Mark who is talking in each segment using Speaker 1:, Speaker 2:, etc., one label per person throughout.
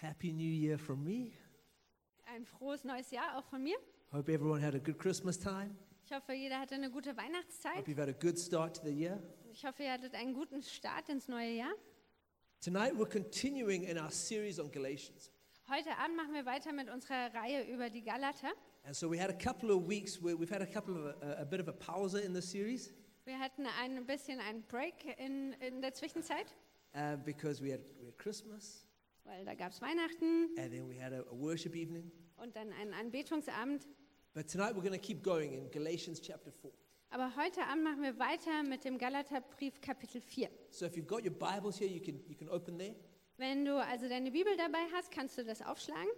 Speaker 1: Happy New Year from me.
Speaker 2: Ein frohes neues Jahr auch von mir.
Speaker 1: Hope everyone had a good Christmas time.
Speaker 2: Ich hoffe, jeder hatte eine gute Weihnachtszeit.
Speaker 1: Hope you've had a good start to the year.
Speaker 2: Ich hoffe, ihr hattet einen guten Start ins neue Jahr.
Speaker 1: Tonight we're continuing in our series on Galatians.
Speaker 2: Heute Abend machen wir weiter mit unserer Reihe über die Galater.
Speaker 1: And so we had a couple of weeks where we've had a couple of uh, a, a bit of a pause in the series
Speaker 2: Wir hatten ein bisschen einen Break in, in der Zwischenzeit,
Speaker 1: uh, because we had, we had Christmas
Speaker 2: weil da gab es Weihnachten
Speaker 1: and then we had a, a worship evening.
Speaker 2: und dann einen Anbetungsabend.
Speaker 1: But tonight we're going to keep going in Galatians chapter 4.
Speaker 2: Aber heute Abend machen wir weiter mit dem Galaterbrief Kapitel 4.
Speaker 1: So if you've got your Bibles here, you can, you can open there.
Speaker 2: Wenn du also deine Bibel dabei hast, kannst du das aufschlagen.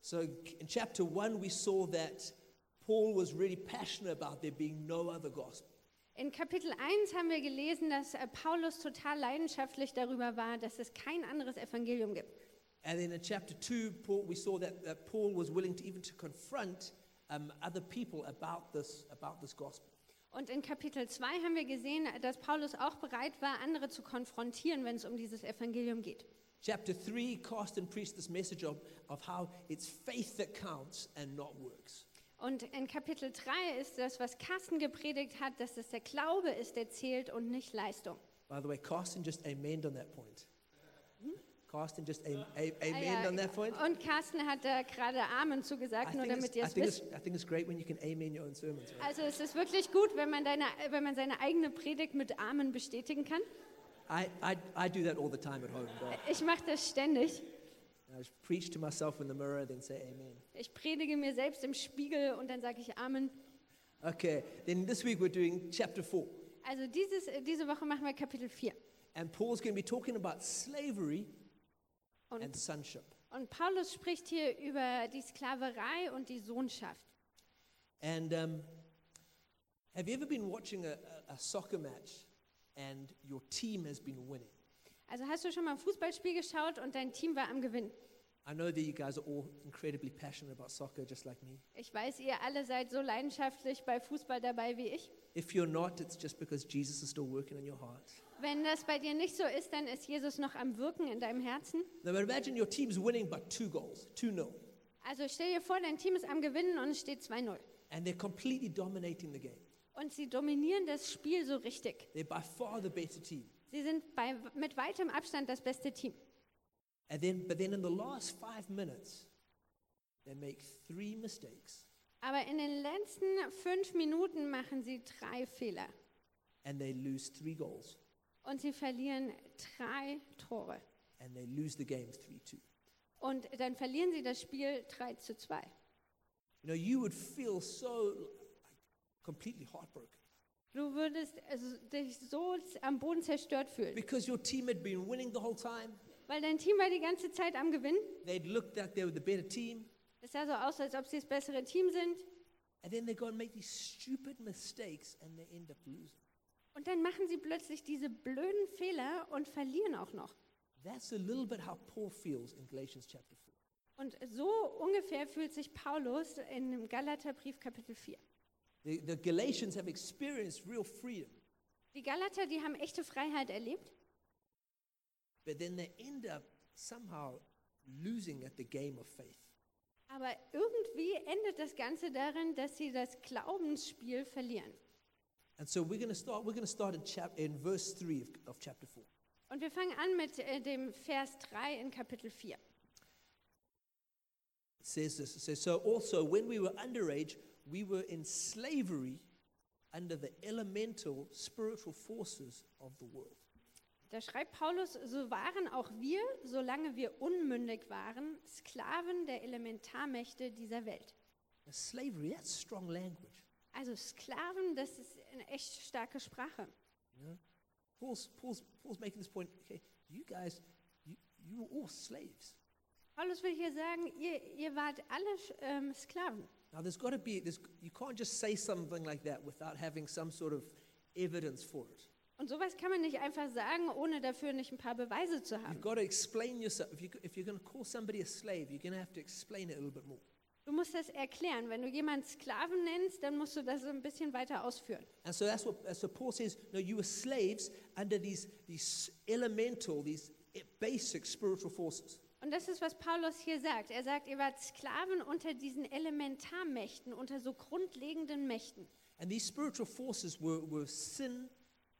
Speaker 1: So in chapter 1, we saw that Paul was really passionate about there being no other gospel.
Speaker 2: In Kapitel 1 haben wir gelesen, dass äh, Paulus total leidenschaftlich darüber war, dass es kein anderes Evangelium gibt.
Speaker 1: And then in chapter 2, Paul, we saw that, that Paul was willing to even to confront um, other people about this, about this gospel.
Speaker 2: Und in Kapitel 2 haben wir gesehen, dass Paulus auch bereit war, andere zu konfrontieren, wenn es um dieses Evangelium geht.
Speaker 1: Chapter 3, Carsten preached this message of, of how it's faith that counts and not works.
Speaker 2: Und in Kapitel 3 ist das, was Carsten gepredigt hat, dass es der Glaube ist, der zählt und nicht Leistung.
Speaker 1: By the way, Carsten just amened on that point. Carsten just am, a,
Speaker 2: Ah
Speaker 1: amened
Speaker 2: ja,
Speaker 1: on that point.
Speaker 2: Und Carsten hat da gerade Amen zugesagt,
Speaker 1: Oh, I
Speaker 2: nur
Speaker 1: think,
Speaker 2: damit ihr
Speaker 1: it's, I,
Speaker 2: es
Speaker 1: think
Speaker 2: wisst.
Speaker 1: it's, I think it's great when you can amen your own sermons. right?
Speaker 2: Also es ist wirklich gut, wenn man, deine, wenn man seine eigene Predigt mit Amen bestätigen kann.
Speaker 1: I, I, I do that all the time at home. But
Speaker 2: Ich mache das ständig.
Speaker 1: I just preach to myself in the mirror, then say amen.
Speaker 2: Ich predige mir selbst im Spiegel und dann sage ich Amen.
Speaker 1: Okay, then this week we're doing chapter 4.
Speaker 2: Also dieses, diese Woche machen wir Kapitel 4.
Speaker 1: And Paul's going to be talking about slavery
Speaker 2: Und
Speaker 1: and sonship.
Speaker 2: Und Paulus spricht hier über die Sklaverei und die Sohnschaft.
Speaker 1: And um, have you ever been watching a, a, a soccer match and your team has been winning?
Speaker 2: Also hast du schon mal ein Fußballspiel geschaut und dein Team war am Gewinn.
Speaker 1: I know that you guys are all incredibly passionate about soccer, just like me.
Speaker 2: Ich weiß, ihr alle seid so leidenschaftlich bei Fußball dabei wie ich.
Speaker 1: If you're not, it's just because Jesus is still working in your heart.
Speaker 2: Wenn das bei dir nicht so ist, dann ist Jesus noch am Wirken in deinem Herzen.
Speaker 1: Now, but imagine your team's winning by two goals, 2 0,
Speaker 2: Also stell dir vor, dein Team ist am Gewinnen und es steht 2-0.
Speaker 1: and they're completely dominating the game.
Speaker 2: Und sie dominieren das Spiel so richtig.
Speaker 1: They're by far the better team.
Speaker 2: Sie sind bei, mit weitem Abstand das beste Team.
Speaker 1: And then, but then in the last five minutes, they make three mistakes
Speaker 2: Aber in den letzten fünf Minuten machen sie drei Fehler.
Speaker 1: and they lose three goals
Speaker 2: Und sie verlieren drei Tore.
Speaker 1: and they lose the game 3 2.
Speaker 2: Und dann verlieren sie das Spiel 3 zu 2.
Speaker 1: You know, you would feel so like, completely heartbroken
Speaker 2: Du würdest also dich so z- am Boden zerstört fühlen,
Speaker 1: because your team had been winning the whole time.
Speaker 2: weil dein Team war die ganze Zeit am Gewinnen.
Speaker 1: They'd looked like they were the better team.
Speaker 2: Es sah so aus, als ob sie das bessere Team sind.
Speaker 1: And then they go and make these stupid mistakes and they end up losing.
Speaker 2: Und dann machen sie plötzlich diese blöden Fehler und verlieren auch noch.
Speaker 1: That's a little bit how Paul feels in Galatians chapter 4.
Speaker 2: Und so ungefähr fühlt sich Paulus in dem Galaterbrief Kapitel 4.
Speaker 1: The, the Galatians have experienced real freedom,
Speaker 2: Die Galater, die haben echte Freiheit erlebt,
Speaker 1: but then they end up somehow losing at the game of faith.
Speaker 2: aber irgendwie endet das Ganze darin, dass sie das Glaubensspiel verlieren.
Speaker 1: And so we're going to start. We're going to start in, chap- in verse three of, of chapter four.
Speaker 2: Und wir fangen an mit äh, dem Vers 3 in Kapitel 4.
Speaker 1: It says this. It says so. Also, when we were underage, we were in slavery under the elemental spiritual forces of the world.
Speaker 2: Da schreibt Paulus, so waren auch wir, solange wir unmündig waren, Sklaven der Elementarmächte dieser Welt.
Speaker 1: Now, slavery. That's strong language.
Speaker 2: Also Sklaven, das ist eine echt starke Sprache.
Speaker 1: You know, Paul's Paul's Paul's making this point. Okay, you guys, you you were all slaves.
Speaker 2: Paulus will hier sagen, ihr, ihr wart alle Sch- ähm, Sklaven.
Speaker 1: Now, there's got to be. There's, you can't just say something like that without having some sort of evidence for it.
Speaker 2: Und sowas kann man nicht einfach sagen, ohne dafür nicht ein paar Beweise zu haben.
Speaker 1: You've got to explain yourself. If, you, if you're going to call somebody a slave, you're going to have to explain it a little bit more.
Speaker 2: Du musst das erklären. Wenn du jemanden Sklaven nennst, dann musst du das ein bisschen weiter ausführen.
Speaker 1: And so that's what that's what Paul says. No, you were slaves under these, these elemental, these basic spiritual forces.
Speaker 2: Und das ist, was Paulus hier sagt. Er sagt, ihr wart Sklaven unter diesen Elementarmächten, unter so grundlegenden Mächten.
Speaker 1: And these spiritual forces were, were sin,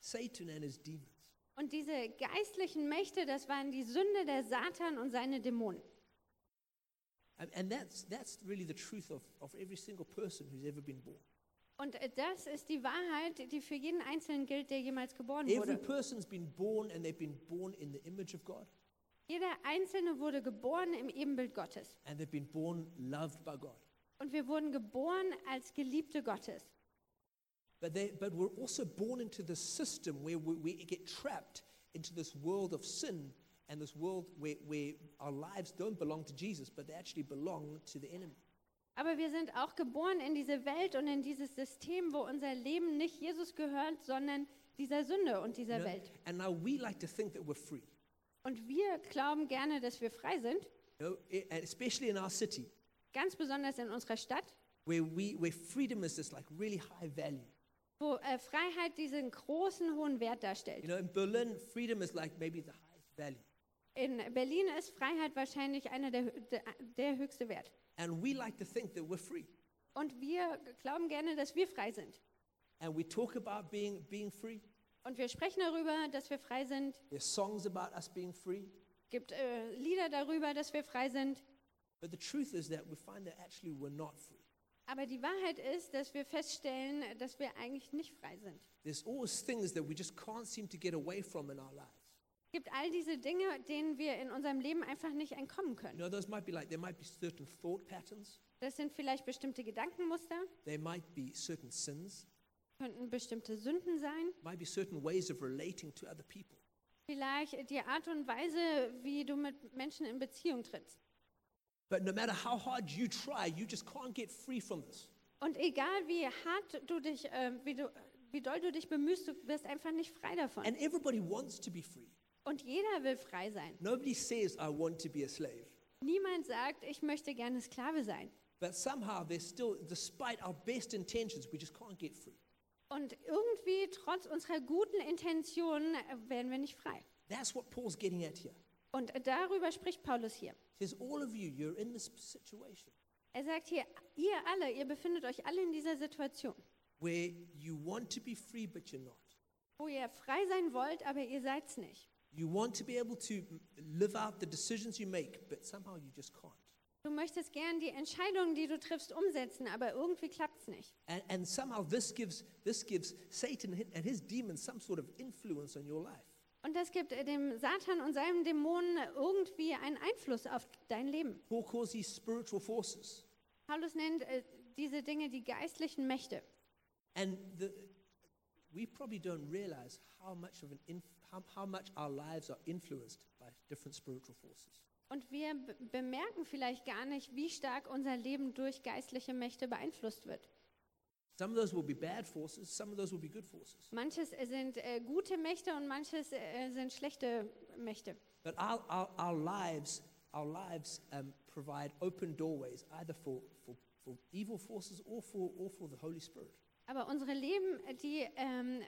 Speaker 1: Satan, and his demons.
Speaker 2: Und diese geistlichen Mächte, das waren die Sünde der Satan und seine Dämonen.
Speaker 1: And, and that's, that's really the truth of, of every single person who's ever been born.
Speaker 2: Und äh, das ist die Wahrheit, die für jeden Einzelnen gilt, der jemals geboren
Speaker 1: Every
Speaker 2: wurde.
Speaker 1: person's been born, and they've been born in the image of God,
Speaker 2: Jeder Einzelne wurde geboren im Ebenbild Gottes.
Speaker 1: and they've been born loved by God.
Speaker 2: Und wir wurden geboren als Geliebte Gottes.
Speaker 1: But, they, but we're also born into this system where we, we get trapped into this world of sin and this world where, where our lives don't belong to Jesus, but they actually belong to the enemy.
Speaker 2: Aber wir sind auch geboren in diese Welt und in dieses System, wo unser Leben nicht Jesus gehört, sondern dieser Sünde und
Speaker 1: you
Speaker 2: dieser
Speaker 1: know?
Speaker 2: Welt.
Speaker 1: And now we like to think that we're free,
Speaker 2: Und wir glauben gerne, dass wir frei sind,
Speaker 1: you know? e- and especially in our city
Speaker 2: ganz besonders in unserer Stadt,
Speaker 1: where, we, where freedom is this like really high value.
Speaker 2: wo äh, Freiheit diesen großen, hohen Wert
Speaker 1: You
Speaker 2: darstellt.
Speaker 1: know, in Berlin, freedom is like maybe the highest value.
Speaker 2: In Berlin ist Freiheit wahrscheinlich einer der, hö- der, der höchste Wert.
Speaker 1: And we like to think that we're free.
Speaker 2: Und wir glauben gerne, dass wir frei sind.
Speaker 1: And we talk about being, being free.
Speaker 2: Und wir sprechen darüber, dass wir frei sind.
Speaker 1: There's songs about us being free.
Speaker 2: gibt äh, Lieder darüber, dass wir frei sind.
Speaker 1: But the truth is that we find that actually we're not free.
Speaker 2: Aber die Wahrheit ist, dass wir feststellen, dass wir eigentlich nicht frei sind.
Speaker 1: There's always things that we just can't seem to get away from in our lives.
Speaker 2: Es gibt all diese Dinge, denen wir in unserem Leben einfach nicht entkommen
Speaker 1: You
Speaker 2: können.
Speaker 1: know, those might be like, there might be certain thought patterns,
Speaker 2: Das sind vielleicht bestimmte Gedankenmuster,
Speaker 1: there might be certain sins,
Speaker 2: könnten bestimmte Sünden sein,
Speaker 1: might be certain ways of relating to other people.
Speaker 2: vielleicht die Art und Weise, wie du mit Menschen in Beziehung trittst.
Speaker 1: But no matter how hard you try, you just can't get free from this.
Speaker 2: Und egal wie hart du dich, äh, wie, du, wie doll du dich bemühst, du wirst einfach nicht frei davon.
Speaker 1: And everybody wants to be free.
Speaker 2: Und jeder will frei sein.
Speaker 1: Nobody says, I want to be a slave.
Speaker 2: Niemand sagt, ich möchte gerne Sklave sein.
Speaker 1: But somehow there's still, despite our best intentions, we just can't get free.
Speaker 2: Und irgendwie, trotz unserer guten Intentionen, äh, werden wir nicht frei.
Speaker 1: That's what Paul's getting at here.
Speaker 2: Und darüber spricht Paulus hier.
Speaker 1: He says, All of you, you're in this situation
Speaker 2: Er sagt hier, ihr alle, ihr befindet euch alle in dieser Situation,
Speaker 1: where you want to be free, but you're not.
Speaker 2: wo ihr frei sein wollt, aber ihr seid's nicht.
Speaker 1: You want to be able to m- live out the decisions you make, but somehow you just can't.
Speaker 2: Du möchtest gern die Entscheidungen, die du triffst, umsetzen, aber irgendwie klappt's nicht.
Speaker 1: And, and somehow this gives, this gives Satan hi- and his demons some sort of influence on your life.
Speaker 2: Und das gibt äh, dem Satan und seinem Dämonen äh, irgendwie einen Einfluss auf dein Leben.
Speaker 1: Paul calls these spiritual forces.
Speaker 2: Paulus nennt äh, diese Dinge die geistlichen Mächte.
Speaker 1: And the, we probably don't realize how much, of an inf- how, how much our lives are influenced by different spiritual forces.
Speaker 2: Und wir be- bemerken vielleicht gar nicht, wie stark unser Leben durch geistliche Mächte beeinflusst wird.
Speaker 1: Some of those will be bad forces, some of those will be good forces.
Speaker 2: Manches äh, sind äh, gute Mächte und manches äh, sind schlechte Mächte.
Speaker 1: But our, our, our lives, our lives um, provide open doorways either for, for, for evil forces or for, or for the Holy Spirit.
Speaker 2: Aber unsere Leben, äh, die ähm,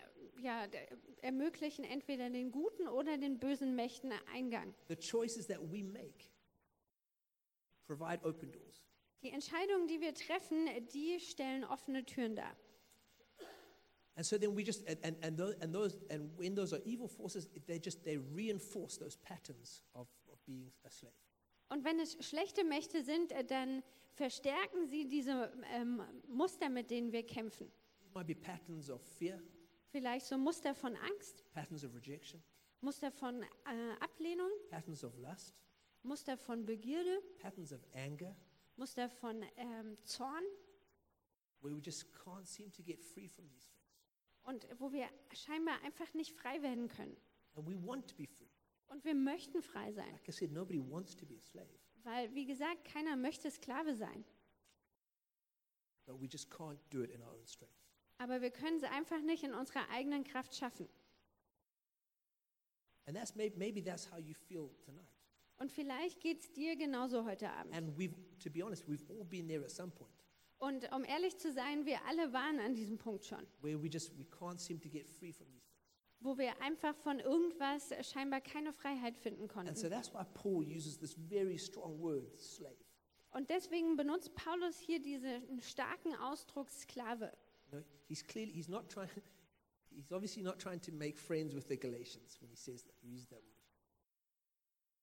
Speaker 2: ja, d- ermöglichen entweder den guten oder den bösen Mächten Eingang.
Speaker 1: The choices that we make provide open doors.
Speaker 2: Die Entscheidungen, die wir treffen, äh, die stellen offene Türen dar.
Speaker 1: And so then we just, and, and, and, those, and, those, and when those are evil forces, they just, they reinforce those patterns of, of being a slave.
Speaker 2: Und wenn es schlechte Mächte sind, äh, dann verstärken sie diese ähm, Muster, mit denen wir kämpfen.
Speaker 1: It might be patterns of fear,
Speaker 2: Vielleicht so Muster von Angst,
Speaker 1: patterns of rejection,
Speaker 2: Muster von äh, Ablehnung,
Speaker 1: patterns of lust,
Speaker 2: Muster von Begierde,
Speaker 1: patterns of anger,
Speaker 2: Muster von ähm, Zorn
Speaker 1: where we just can't seem to get free from these things.
Speaker 2: und wo wir scheinbar einfach nicht frei werden können.
Speaker 1: And we want to be free.
Speaker 2: Und wir möchten frei sein.
Speaker 1: Like I said, nobody wants to be a slave,
Speaker 2: Weil, wie gesagt, keiner möchte Sklave sein.
Speaker 1: but we just can't do it in our own strength.
Speaker 2: Aber wir können es einfach nicht in unserer eigenen Kraft schaffen.
Speaker 1: And that's maybe, maybe that's how you feel tonight.
Speaker 2: Und vielleicht geht es dir genauso heute Abend.
Speaker 1: And we've, to be honest, we've all been there at some point
Speaker 2: Und um ehrlich zu sein, wir alle waren an diesem Punkt schon,
Speaker 1: where we just we can't seem to get free from these things.
Speaker 2: wo wir einfach von irgendwas scheinbar keine Freiheit finden
Speaker 1: And so
Speaker 2: konnten.
Speaker 1: that's why Paul uses this very strong word, slave.
Speaker 2: Und deswegen benutzt Paulus hier diesen starken Ausdruck Sklave.
Speaker 1: You know, he's clearly he's not trying. He's obviously not trying to make friends with the Galatians when he says that. He uses that word.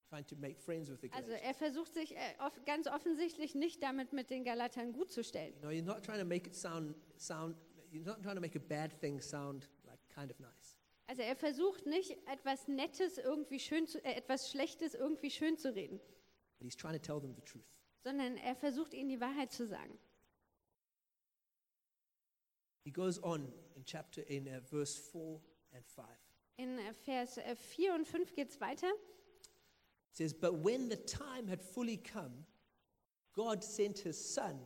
Speaker 1: Trying to make friends with the
Speaker 2: Also
Speaker 1: Galatians.
Speaker 2: er versucht sich äh, off ganz offensichtlich nicht damit mit den Galatern gutzustellen.
Speaker 1: You know, you're not trying to make it sound sound. You're not trying to make a bad thing sound like kind of nice.
Speaker 2: Also er versucht nicht etwas Nettes irgendwie schön zu, äh, etwas Schlechtes irgendwie schön zu reden,
Speaker 1: But he's trying to tell them the truth.
Speaker 2: sondern er versucht ihnen die Wahrheit zu sagen.
Speaker 1: He goes on in chapter in uh, verse four and five.
Speaker 2: In äh, Vers äh, 4 und 5 geht es weiter.
Speaker 1: It says, But when the time had fully come, God sent his son,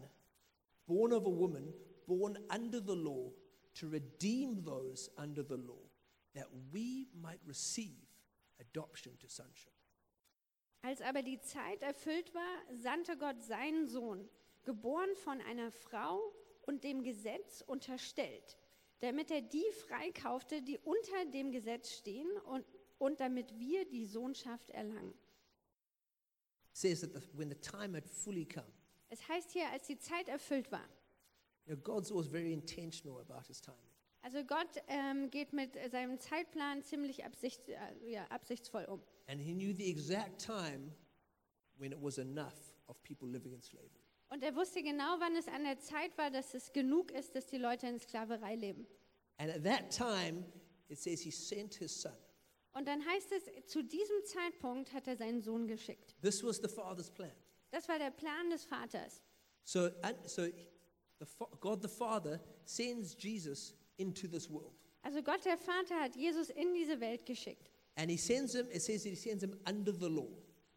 Speaker 1: born of a woman, born under the law, to redeem those under the law, that we might receive adoption to sonship.
Speaker 2: Als aber die Zeit erfüllt war, sandte Gott seinen Sohn, geboren von einer Frau und dem Gesetz unterstellt, damit er die freikaufte, die unter dem Gesetz stehen und, und damit wir die Sohnschaft erlangen.
Speaker 1: It says that the, when the time had fully come,
Speaker 2: Es heißt hier, als die Zeit erfüllt war.
Speaker 1: you know, God's always very intentional about his timing.
Speaker 2: Also Gott ähm, geht mit seinem Zeitplan ziemlich absicht, äh, ja, absichtsvoll um.
Speaker 1: And he knew the exact time when it was enough of people living in slavery.
Speaker 2: Und er wusste genau, wann es an der Zeit war, dass es genug ist, dass die Leute in Sklaverei leben.
Speaker 1: And at that time, it says he sent his son.
Speaker 2: Und dann heißt es, zu diesem Zeitpunkt hat er seinen Sohn geschickt.
Speaker 1: This was the father's plan.
Speaker 2: Das war der Plan des Vaters.
Speaker 1: So, and so the, Fa- God the Father sends Jesus into this world.
Speaker 2: Also Gott der Vater hat Jesus in diese Welt geschickt.
Speaker 1: And he sends him, it says that he sends him under the law.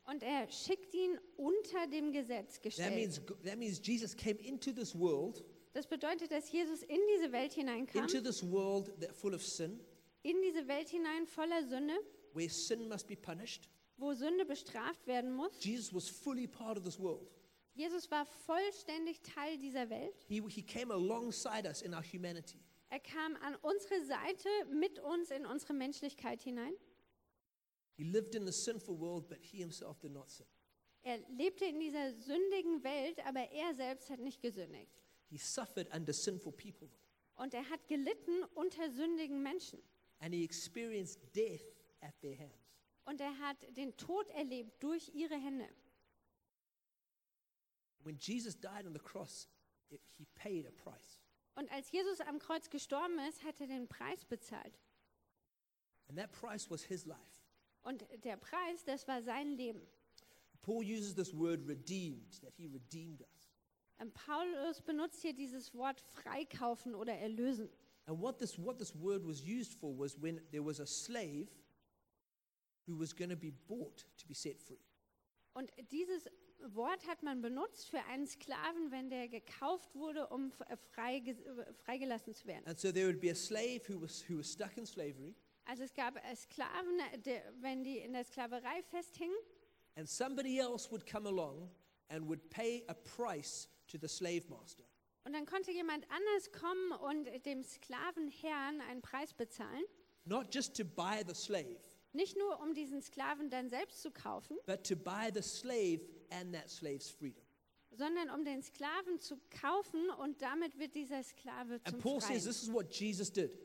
Speaker 2: Und er schickt ihn unter dem Gesetz
Speaker 1: That
Speaker 2: gestellt.
Speaker 1: means, g- that means Jesus came into this world,
Speaker 2: Das bedeutet, dass Jesus in diese Welt hineinkam,
Speaker 1: into this world that full of sin,
Speaker 2: in diese Welt hinein voller Sünde,
Speaker 1: where sin must be punished.
Speaker 2: wo Sünde bestraft werden muss.
Speaker 1: Jesus was fully part of this world.
Speaker 2: Jesus war vollständig Teil dieser Welt.
Speaker 1: He, he came alongside us in our humanity.
Speaker 2: Er kam an unsere Seite mit uns in unsere Menschlichkeit hinein.
Speaker 1: He lived in the sinful world, but he himself did not sin.
Speaker 2: Er lebte in dieser sündigen Welt, aber er selbst hat nicht gesündigt.
Speaker 1: He suffered under sinful people,
Speaker 2: Und er hat gelitten unter sündigen Menschen.
Speaker 1: and he experienced death at their hands.
Speaker 2: Und er hat den Tod erlebt durch ihre Hände.
Speaker 1: When Jesus died on the cross, it, he paid a price.
Speaker 2: Und als Jesus am Kreuz gestorben ist, hat er den Preis bezahlt.
Speaker 1: And that price was his life.
Speaker 2: Und der Preis, das war sein Leben.
Speaker 1: Paul uses this word redeemed, that he redeemed us.
Speaker 2: Ähm, Paulus benutzt hier dieses Wort freikaufen oder erlösen.
Speaker 1: And what this, what this word was used for was when there was a slave who was going to be bought to be set free.
Speaker 2: Und dieses Wort hat man benutzt für einen Sklaven, wenn der gekauft wurde, um f- äh, frei, äh, freigelassen zu werden.
Speaker 1: And so there would be a slave who was, who was stuck in slavery,
Speaker 2: Also es gab äh, Sklaven, äh, der, wenn die in der Sklaverei festhingen,
Speaker 1: and somebody else would come along and would pay a price to the slave master.
Speaker 2: Und dann konnte jemand anders kommen und dem Sklavenherrn einen Preis bezahlen.
Speaker 1: Not just to buy the slave,
Speaker 2: Nicht nur, um diesen Sklaven dann selbst zu kaufen,
Speaker 1: but to buy the slave and that slave's freedom.
Speaker 2: sondern um den Sklaven zu kaufen und damit wird dieser Sklave zum
Speaker 1: And Paul says
Speaker 2: Freien.
Speaker 1: this is what Jesus did.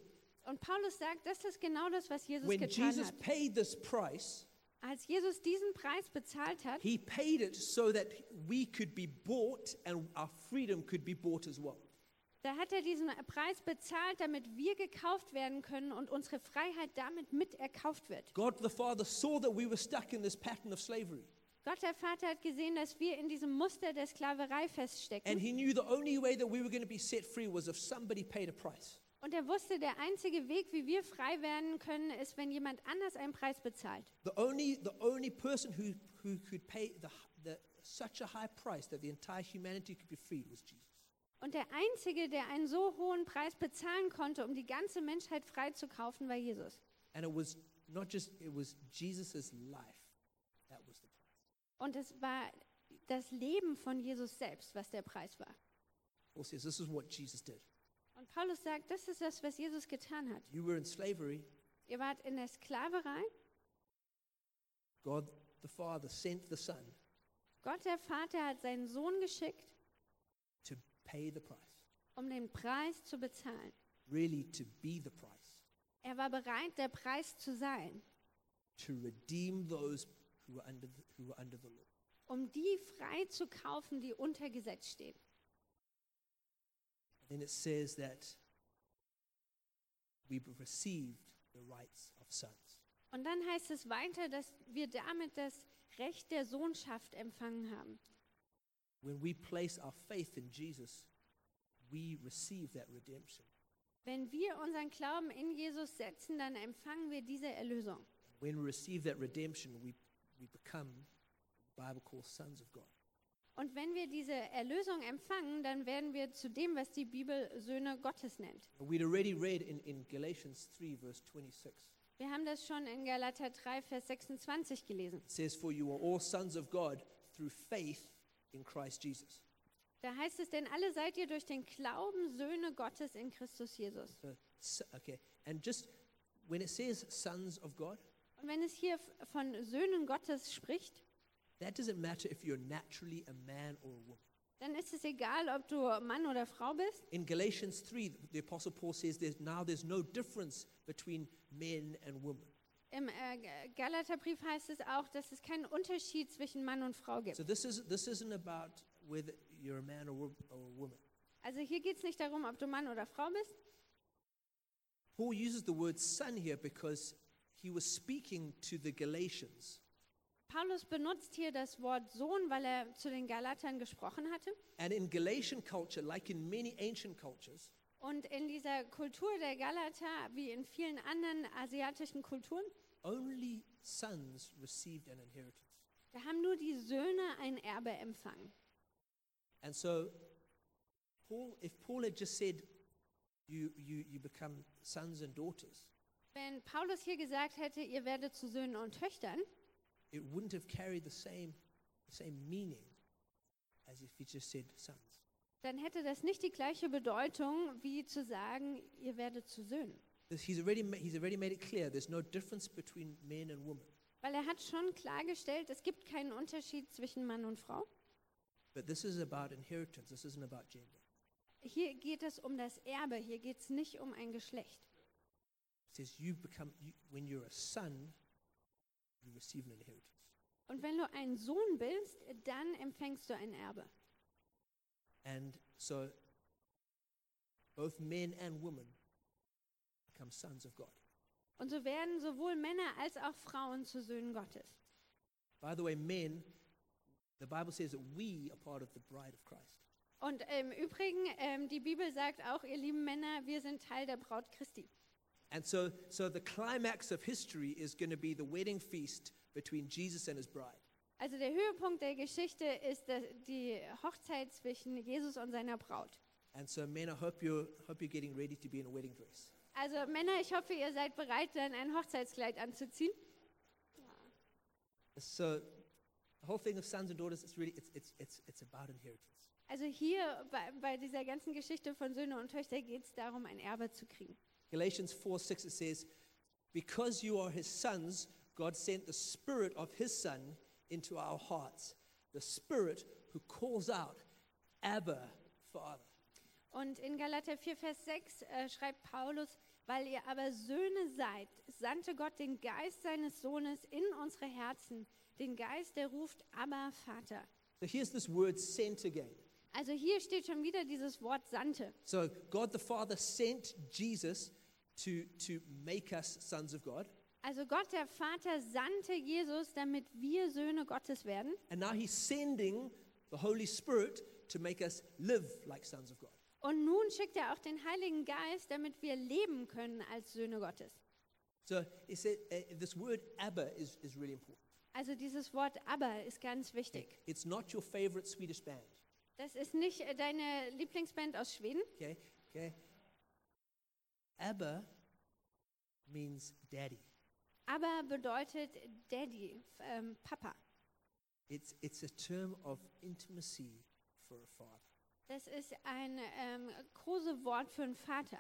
Speaker 2: Und Paulus sagt, das ist genau das, was Jesus
Speaker 1: When
Speaker 2: getan
Speaker 1: Jesus
Speaker 2: hat.
Speaker 1: paid this price,
Speaker 2: Als Jesus diesen Preis bezahlt hat,
Speaker 1: He paid it so that we could be bought and our freedom could be bought as well.
Speaker 2: da hat er diesen Preis bezahlt, damit wir gekauft werden können und unsere Freiheit damit mit erkauft wird.
Speaker 1: God the Father saw that we were stuck in this pattern of slavery,
Speaker 2: Gott der Vater hat gesehen, dass wir in diesem Muster der Sklaverei feststecken.
Speaker 1: and He knew the only way that we were going to be set free was if somebody paid a price.
Speaker 2: Und er wusste, der einzige Weg, wie wir frei werden können, ist, wenn jemand anders einen Preis bezahlt.
Speaker 1: The only, the only person who, who could pay the, the, such a high price that the entire humanity could be freed was Jesus.
Speaker 2: Und der einzige, der einen so hohen Preis bezahlen konnte, um die ganze Menschheit freizukaufen, war Jesus.
Speaker 1: And it was not just, it was Jesus' life that was the price.
Speaker 2: Und es war das Leben von Jesus selbst, was der Preis war.
Speaker 1: Paul says this is what Jesus did.
Speaker 2: Und Paulus sagt, das ist das, was Jesus getan hat.
Speaker 1: You were in slavery,
Speaker 2: Ihr wart in der Sklaverei.
Speaker 1: God the Father sent the Son
Speaker 2: Gott der Vater hat seinen Sohn geschickt,
Speaker 1: to pay the price,
Speaker 2: um den Preis zu bezahlen.
Speaker 1: really to be the price,
Speaker 2: Er war bereit, der Preis zu sein,
Speaker 1: to redeem those who were under the, who were under the law.
Speaker 2: um die frei zu kaufen, die unter Gesetz stehen.
Speaker 1: Then it says that we received the rights of sons.
Speaker 2: Und dann heißt es weiter, dass wir damit das Recht der Sohnschaft empfangen haben.
Speaker 1: When we place our faith in Jesus, we receive that redemption.
Speaker 2: Wenn wir unseren Glauben in Jesus setzen, dann empfangen wir diese Erlösung.
Speaker 1: When we receive that redemption, we, we become, the Bible calls sons of God.
Speaker 2: Und wenn wir diese Erlösung empfangen, dann werden wir zu dem, was die Bibel Söhne Gottes nennt.
Speaker 1: We'd already read in, in Galatians 3, verse 26.
Speaker 2: Wir haben das schon in Galater 3, Vers 26 gelesen.
Speaker 1: It says, For you are all sons of God through faith in Christ Jesus.
Speaker 2: Da heißt es, denn alle seid ihr durch den Glauben Söhne Gottes in Christus Jesus.
Speaker 1: So, s- okay, and just when it says sons of God,
Speaker 2: Und wenn es hier f- von Söhnen Gottes spricht,
Speaker 1: that doesn't matter if you're naturally a man or a woman.
Speaker 2: dann ist es egal, ob du Mann oder Frau bist.
Speaker 1: In Galatians 3, the Apostle Paul says, there's, Now there's no difference between men and women.
Speaker 2: Im äh, G- Galaterbrief heißt es auch, dass es keinen Unterschied zwischen Mann und Frau gibt.
Speaker 1: So this, is, this isn't about whether you're a man or, wo- or a woman.
Speaker 2: Also hier geht es nicht darum, ob du Mann oder Frau bist.
Speaker 1: Paul uses the word son here because he was speaking to the Galatians.
Speaker 2: Paulus benutzt hier das Wort Sohn, weil er zu den Galatern gesprochen hatte.
Speaker 1: And in Galatian culture, like in many ancient cultures,
Speaker 2: Und in dieser Kultur der Galater, wie in vielen anderen asiatischen Kulturen,
Speaker 1: only sons received an inheritance.
Speaker 2: da haben nur die Söhne ein Erbe empfangen.
Speaker 1: And so, Paul, if Paul had just said, you, you, you become sons and daughters,
Speaker 2: Wenn Paulus hier gesagt hätte, ihr werdet zu Söhnen und Töchtern,
Speaker 1: it wouldn't have carried the same, the same meaning as if he just said sons.
Speaker 2: dann hätte das nicht die gleiche Bedeutung, wie zu sagen, ihr werdet zu Söhnen.
Speaker 1: This- He's already, ma- he's already made it clear there's no difference between men and women.
Speaker 2: Weil er hat schon klargestellt, es gibt keinen Unterschied zwischen Mann und Frau.
Speaker 1: But this is about inheritance, this isn't about gender.
Speaker 2: Hier geht es um das Erbe, hier geht es nicht um ein Geschlecht.
Speaker 1: It says you become, you, when you're a son, you receive an inheritance.
Speaker 2: Und wenn du ein Sohn bist, dann empfängst du ein Erbe.
Speaker 1: And so, both men and women become sons of God.
Speaker 2: Und so werden sowohl Männer als auch Frauen zu Söhnen Gottes.
Speaker 1: By the way, men, the Bible says that we are part of the bride of Christ.
Speaker 2: Und im Übrigen, ähm, die Bibel sagt auch, ihr lieben Männer, wir sind Teil der Braut Christi.
Speaker 1: And so, so the climax of history is going to be the wedding feast between Jesus and his bride.
Speaker 2: Also der Höhepunkt der Geschichte ist das- die Hochzeit zwischen Jesus und seiner Braut.
Speaker 1: And so, men, I hope you're, hope you're getting ready to be in a wedding dress.
Speaker 2: Also Männer, ich hoffe, ihr seid bereit, dann ein Hochzeitskleid anzuziehen.
Speaker 1: So, the whole thing of sons and daughters, it's really, it's, it's, it's, it's about inheritance.
Speaker 2: Also hier bei, bei dieser ganzen Geschichte von Söhne und Töchter geht es darum, ein Erbe zu kriegen.
Speaker 1: Galatians 4 6, it says, Because you are his sons, God sent the spirit of his son into our hearts, the spirit who calls out, Abba, Father.
Speaker 2: Und in Galater 4, Vers 6 äh, schreibt Paulus, weil ihr aber Söhne seid, sandte Gott den Geist seines Sohnes in unsere Herzen, den Geist, der ruft, aber Vater.
Speaker 1: So here's this word sent again.
Speaker 2: Also hier steht schon wieder dieses Wort sandte.
Speaker 1: So God the Father sent Jesus to, to make us sons of God.
Speaker 2: Also Gott der Vater sandte Jesus, damit wir Söhne Gottes werden.
Speaker 1: And now he's sending the Holy Spirit to make us live like sons of God.
Speaker 2: Und nun schickt er auch den Heiligen Geist, damit wir leben können als Söhne Gottes.
Speaker 1: So it said, uh, this word Abba is, is really important.
Speaker 2: Also dieses Wort aber ist ganz wichtig.
Speaker 1: It's not your favorite Swedish band,
Speaker 2: Das ist nicht äh, deine Lieblingsband aus Schweden.
Speaker 1: okay? okay? Abba means daddy.
Speaker 2: Aber bedeutet Daddy, f- ähm, Papa.
Speaker 1: It's, it's a term of intimacy for a father.
Speaker 2: Das ist ein ähm, großes Wort für einen Vater.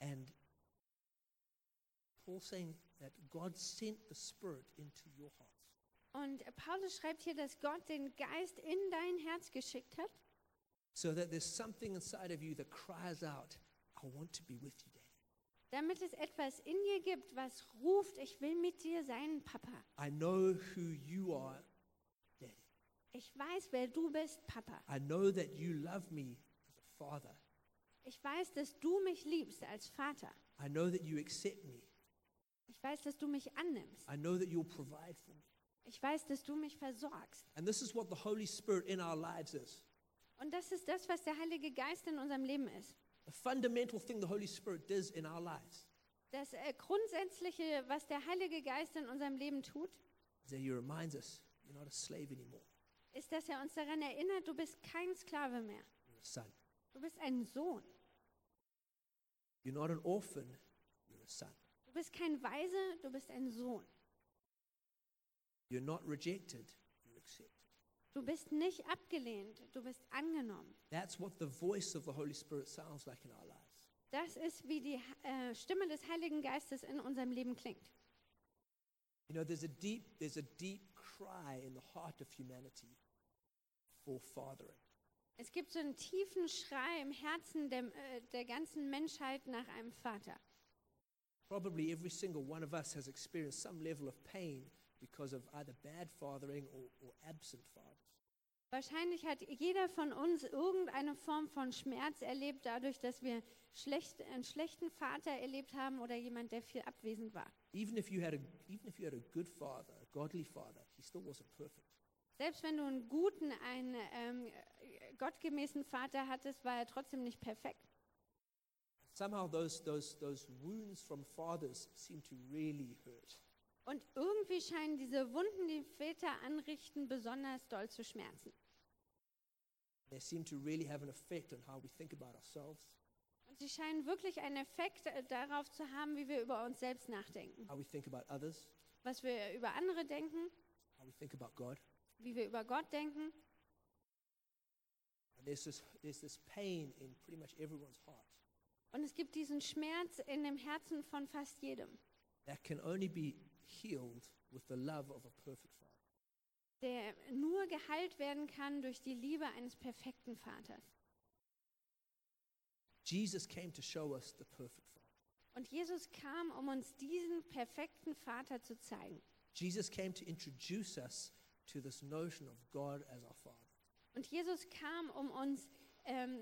Speaker 1: And Paul saying that God sent the Spirit into your hearts.
Speaker 2: Und Paulus schreibt hier, dass Gott den Geist in dein Herz geschickt hat,
Speaker 1: So that there's something inside of you that cries out, I want to be with you, Daddy.
Speaker 2: damit es etwas in dir gibt, was ruft, ich will mit dir sein, Papa.
Speaker 1: I know who you are, Daddy.
Speaker 2: Ich weiß, wer du bist, Papa.
Speaker 1: I know that you love me as a father.
Speaker 2: Ich weiß, dass du mich liebst als Vater.
Speaker 1: I know that you accept me.
Speaker 2: Ich weiß, dass du mich annimmst.
Speaker 1: I know that you'll provide for me.
Speaker 2: Ich weiß, dass du mich versorgst.
Speaker 1: And this is what the Holy Spirit in our lives is.
Speaker 2: Und das ist das, was der Heilige Geist in unserem Leben ist.
Speaker 1: The fundamental thing the Holy Spirit does in our lives
Speaker 2: Das äh, Grundsätzliche, was der Heilige Geist in unserem Leben tut,
Speaker 1: is that He reminds us you're not a slave anymore,
Speaker 2: ist, dass er uns daran erinnert, du bist kein Sklave mehr.
Speaker 1: you're a son.
Speaker 2: Du bist ein Sohn.
Speaker 1: You're not an orphan, you're a son.
Speaker 2: Du bist kein Weise, du bist ein Sohn.
Speaker 1: You're not rejected, you're accepted.
Speaker 2: Du bist nicht abgelehnt, du bist angenommen.
Speaker 1: That's what the voice of the Holy Spirit sounds like in our lives.
Speaker 2: Das ist, wie die äh, Stimme des Heiligen Geistes in unserem Leben klingt.
Speaker 1: You know, there's a deep, there's a deep cry in the heart of humanity for fathering.
Speaker 2: Es gibt so einen tiefen Schrei im Herzen der, äh, der ganzen Menschheit nach einem Vater.
Speaker 1: Probably every single one of us has experienced some level of pain because of either bad fathering or, or absent fathers.
Speaker 2: Wahrscheinlich hat jeder von uns irgendeine Form von Schmerz erlebt, dadurch, dass wir schlecht, einen schlechten Vater erlebt haben oder jemand, der viel abwesend war.
Speaker 1: Even if you had a, even if you had a good father, a godly father, he still wasn't perfect.
Speaker 2: Selbst wenn du einen guten, einen ähm, äh, gottgemäßen Vater hattest, war er trotzdem nicht perfekt.
Speaker 1: Somehow those, those, those wounds from fathers seem to really hurt.
Speaker 2: Und irgendwie scheinen diese Wunden, die Väter anrichten, besonders doll zu schmerzen.
Speaker 1: They seem to really have an effect on how we think about ourselves,
Speaker 2: Und sie scheinen wirklich einen Effekt äh, darauf zu haben, wie wir über uns selbst nachdenken.
Speaker 1: how we think about others,
Speaker 2: Was wir über andere denken,
Speaker 1: how we think about God.
Speaker 2: wie wir über Gott denken.
Speaker 1: And there's this, there's this pain in pretty much everyone's heart
Speaker 2: Und es gibt diesen Schmerz in dem Herzen von fast jedem,
Speaker 1: that can only be healed with the love of a perfect father.
Speaker 2: der nur geheilt werden kann durch die Liebe eines perfekten Vaters.
Speaker 1: Jesus came to show us the perfect father.
Speaker 2: Und Jesus kam, um uns diesen perfekten Vater zu zeigen.
Speaker 1: Jesus came to introduce us to this notion of God as our father.
Speaker 2: Und Jesus kam, um uns ähm,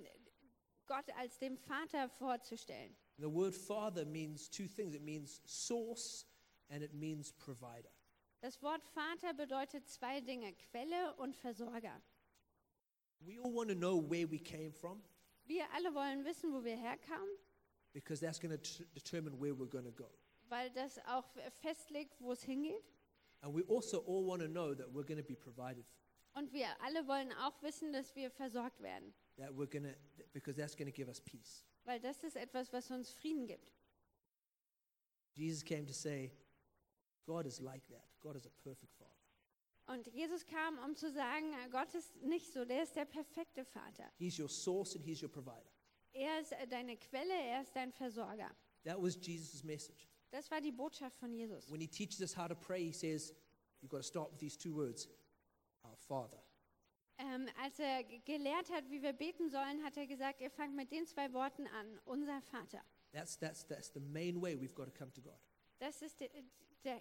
Speaker 2: Gott als dem Vater vorzustellen.
Speaker 1: The word father means two things it means source and it means provider.
Speaker 2: Das Wort Vater bedeutet zwei Dinge, Quelle und Versorger.
Speaker 1: We all want to know where we came from
Speaker 2: Wir alle wollen wissen, wo wir herkamen,
Speaker 1: because that's going to determine where we're going to go.
Speaker 2: weil das auch festlegt, wo es hingeht.
Speaker 1: And we also all want to know that we're going to be provided for,
Speaker 2: Und wir alle wollen auch wissen, dass wir versorgt werden.
Speaker 1: that we're going to because that's going to give us peace.
Speaker 2: Weil das ist etwas, was uns Frieden gibt.
Speaker 1: Jesus came to say, God is like that. God is a perfect father.
Speaker 2: Und Jesus kam, um zu sagen, Gott ist nicht so, der ist der perfekte Vater.
Speaker 1: He's your source and he's your provider.
Speaker 2: Er ist äh, deine Quelle, er ist dein Versorger.
Speaker 1: That was Jesus' message.
Speaker 2: Das war die Botschaft von Jesus.
Speaker 1: When he teaches us how to pray, he says, You've got to start with these two words, our Father.
Speaker 2: Ähm, als er g- gelehrt hat, wie wir beten sollen, hat er gesagt, ihr fangt mit den zwei Worten an, unser Vater.
Speaker 1: That's, that's, that's the main way we've got to come to God.
Speaker 2: Das ist die, der,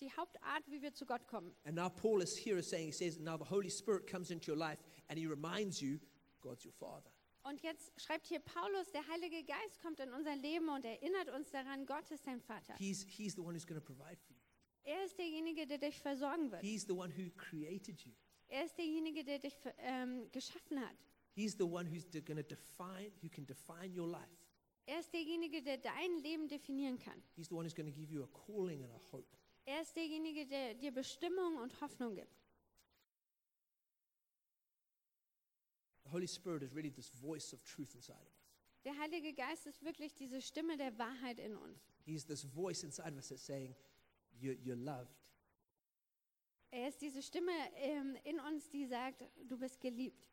Speaker 2: die Hauptart, wie wir zu Gott kommen.
Speaker 1: And now Paul is here is saying, he says, Now the Holy Spirit comes into your life and he reminds you, God's your Father.
Speaker 2: Und jetzt schreibt hier Paulus, der Heilige Geist kommt in unser Leben und erinnert uns daran, Gott ist dein Vater.
Speaker 1: He's, he's the one who's going to provide for you,
Speaker 2: Er ist derjenige, der dich versorgen wird.
Speaker 1: He's the one who created you,
Speaker 2: Er ist derjenige, der dich ver- ähm, geschaffen hat.
Speaker 1: He's the one who's going to define, who can define your life,
Speaker 2: Er ist derjenige, der dein Leben definieren kann.
Speaker 1: He's the one who's going to give you a calling and a hope.
Speaker 2: Er ist derjenige, der dir Bestimmung und Hoffnung gibt.
Speaker 1: The Holy Spirit is really this voice of truth inside of us.
Speaker 2: Der Heilige Geist ist wirklich diese Stimme der Wahrheit in uns.
Speaker 1: He's this voice inside of us that's saying, You're, you're loved.
Speaker 2: Er ist diese Stimme ähm, in uns, die sagt, du bist geliebt.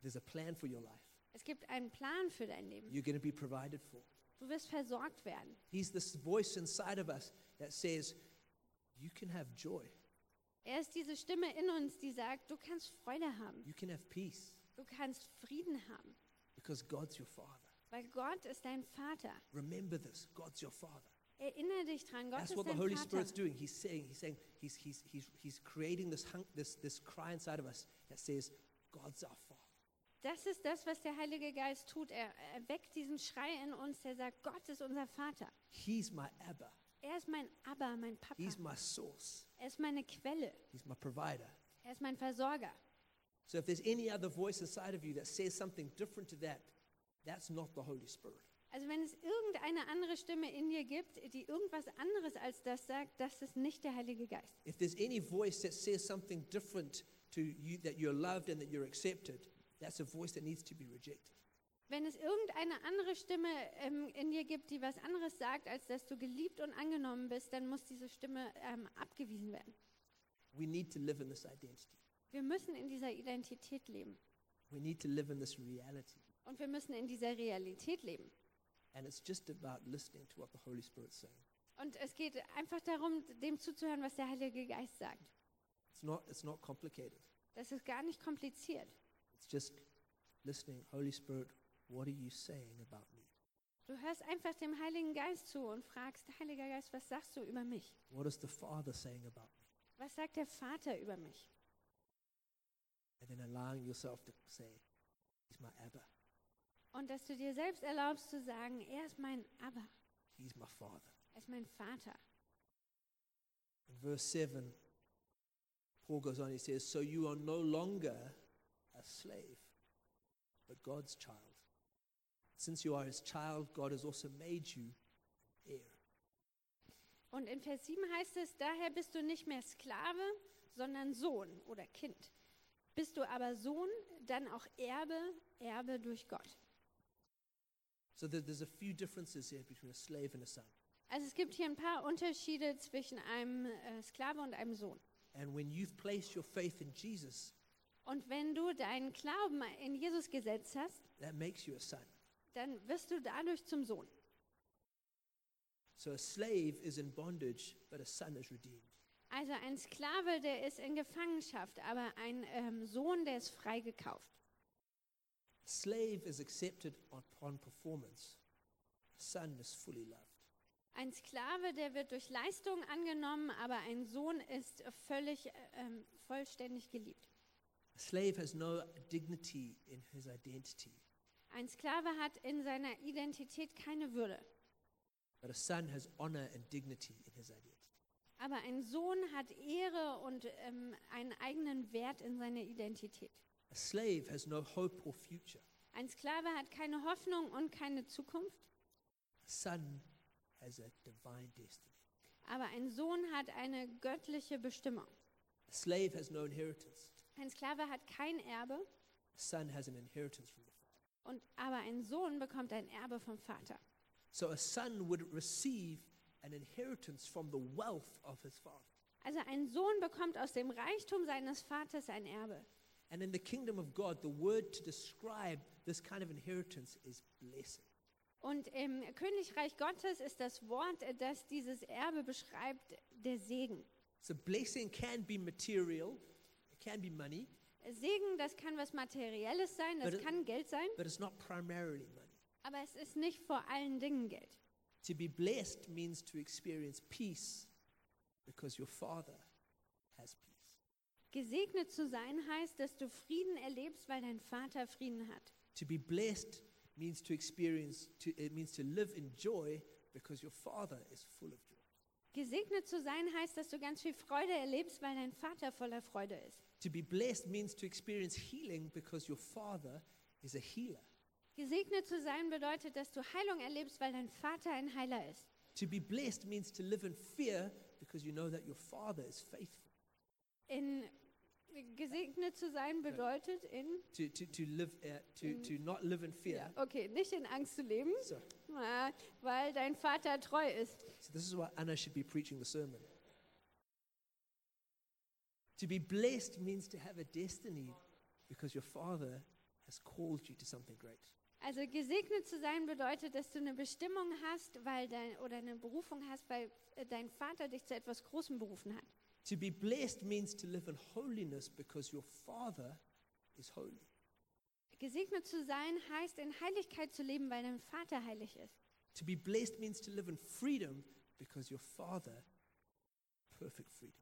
Speaker 1: There's a plan for your life.
Speaker 2: Mm-hmm. Es gibt einen Plan für dein Leben.
Speaker 1: You're going to be provided for.
Speaker 2: Du wirst versorgt werden.
Speaker 1: He's this voice inside of us that says, You can have joy,
Speaker 2: Er ist diese Stimme in uns, die sagt, du kannst Freude haben,
Speaker 1: you can have peace,
Speaker 2: du kannst Frieden haben,
Speaker 1: because God's your Father.
Speaker 2: weil Gott ist dein Vater.
Speaker 1: Remember this God's your Father.
Speaker 2: Erinnere dich dran, Gott
Speaker 1: That's
Speaker 2: ist
Speaker 1: what the
Speaker 2: dein
Speaker 1: Holy
Speaker 2: Vater.
Speaker 1: Spirit's doing. He's saying, He's saying, He's, he's, he's, he's creating this, hung, this, this cry inside of us that says, God's our Father.
Speaker 2: Das ist das, was der Heilige Geist tut. Er er weckt diesen Schrei in uns, der sagt, Gott ist unser Vater.
Speaker 1: He's my Abba.
Speaker 2: Er ist mein Abba, mein Papa.
Speaker 1: He's my source.
Speaker 2: Er ist meine Quelle.
Speaker 1: He's my provider.
Speaker 2: Er ist mein Versorger.
Speaker 1: So if there's any other voice inside of you that says something different to that, that's not the Holy Spirit.
Speaker 2: Also wenn es irgendeine andere Stimme in dir gibt, die irgendwas anderes als das sagt, das ist nicht der Heilige Geist.
Speaker 1: If there's any voice that says something different to you, that you're loved and that you're accepted, that's a voice that needs to be rejected.
Speaker 2: Wenn es irgendeine andere Stimme ähm, in dir gibt, die was anderes sagt, als dass du geliebt und angenommen bist, dann muss diese Stimme ähm, abgewiesen werden.
Speaker 1: We need to live in this identity.
Speaker 2: Wir müssen in dieser Identität leben
Speaker 1: We need to live in this reality.
Speaker 2: und wir müssen in dieser Realität leben.
Speaker 1: And it's just about listening to what the Holy Spirit's saying.
Speaker 2: Und es geht einfach darum, dem zuzuhören, was der Heilige Geist sagt.
Speaker 1: It's not, it's not complicated.
Speaker 2: Das ist gar nicht kompliziert.
Speaker 1: It's just listening, Holy Spirit, what are you saying about me?
Speaker 2: Du hörst einfach dem Heiligen Geist zu und fragst, Heiliger Geist, was sagst du über mich?
Speaker 1: What is the Father saying about me?
Speaker 2: Was sagt der Vater über mich?
Speaker 1: And then allowing yourself to say, He's my Abba,
Speaker 2: Und dass du dir selbst erlaubst zu sagen, er ist mein Abba,
Speaker 1: He's my Father.
Speaker 2: er ist mein Vater.
Speaker 1: In verse 7, Paul goes on, he says, So you are no longer a slave, but God's child. Since you are his child, God has also made you an heir.
Speaker 2: Und in Vers 7 heißt es, daher bist du nicht mehr Sklave, sondern Sohn oder Kind. Bist du aber Sohn, dann auch Erbe, Erbe durch Gott.
Speaker 1: So there- there's a few differences here between a slave and a son.
Speaker 2: Also es gibt hier ein paar Unterschiede zwischen einem äh, Sklave und einem Sohn.
Speaker 1: And when you've placed your faith in Jesus,
Speaker 2: Und wenn du deinen Glauben in Jesus gesetzt hast,
Speaker 1: that makes you a son.
Speaker 2: dann wirst du dadurch zum Sohn.
Speaker 1: So a slave is in bondage, but a son is redeemed.
Speaker 2: Also ein Sklave, der ist in Gefangenschaft, aber ein ähm, Sohn, der ist freigekauft.
Speaker 1: A slave is accepted upon performance, a son is fully loved.
Speaker 2: Ein Sklave, der wird durch Leistung angenommen, aber ein Sohn ist völlig, äh, ähm, vollständig geliebt.
Speaker 1: A slave has no dignity in his identity,
Speaker 2: Ein Sklave hat in seiner Identität keine Würde,
Speaker 1: but a son has honor and dignity in his identity.
Speaker 2: aber ein Sohn hat Ehre und ähm, einen eigenen Wert in seiner Identität.
Speaker 1: A slave has no hope or future,
Speaker 2: Ein Sklave hat keine Hoffnung und keine Zukunft,
Speaker 1: a son has a divine destiny.
Speaker 2: aber ein Sohn hat eine göttliche Bestimmung.
Speaker 1: A slave has no inheritance,
Speaker 2: Ein Sklave hat kein Erbe,
Speaker 1: a son has an inheritance from the Father.
Speaker 2: und, aber ein Sohn bekommt ein Erbe vom Vater.
Speaker 1: So a son would receive an inheritance from the wealth of his father.
Speaker 2: Also ein Sohn bekommt aus dem Reichtum seines Vaters ein Erbe.
Speaker 1: And in the kingdom of God, the word to describe this kind of inheritance is blessing.
Speaker 2: Und im Königreich Gottes ist das Wort, das dieses Erbe beschreibt, der Segen.
Speaker 1: So blessing can be material, it can be money,
Speaker 2: Segen, das kann was Materielles sein, das
Speaker 1: But it-
Speaker 2: kann Geld sein,
Speaker 1: but it's not primarily money.
Speaker 2: aber es ist nicht vor allen Dingen Geld.
Speaker 1: To be blessed means to experience peace because your Father has peace.
Speaker 2: Gesegnet zu sein heißt, dass du Frieden erlebst, weil dein Vater Frieden hat.
Speaker 1: To be blessed means to experience, to, it means to live in joy because your Father is full of joy.
Speaker 2: Gesegnet zu sein heißt, dass du ganz viel Freude erlebst, weil dein Vater voller Freude ist.
Speaker 1: To be blessed means to experience healing because your Father is a healer.
Speaker 2: Gesegnet zu sein bedeutet, dass du Heilung erlebst, weil dein Vater ein Heiler ist.
Speaker 1: To be blessed means to live in fear because you know that your Father is faithful.
Speaker 2: In gesegnet zu sein bedeutet in
Speaker 1: To, to, to, live, uh, to, to not live in fear.
Speaker 2: okay, nicht in Angst zu leben,
Speaker 1: So,
Speaker 2: na, weil dein Vater treu ist.
Speaker 1: so this is why Anna should be preaching the sermon. To be blessed means to have a destiny because your Father has called you to something great.
Speaker 2: Also gesegnet zu sein bedeutet, dass du eine Bestimmung hast, weil dein oder eine Berufung hast, weil äh, dein Vater dich zu etwas Großem berufen hat.
Speaker 1: To be blessed means to live in holiness because your Father is holy.
Speaker 2: Gesegnet zu sein heißt in Heiligkeit zu leben, weil dein Vater heilig ist.
Speaker 1: To be blessed means to live in freedom because your Father, perfect freedom.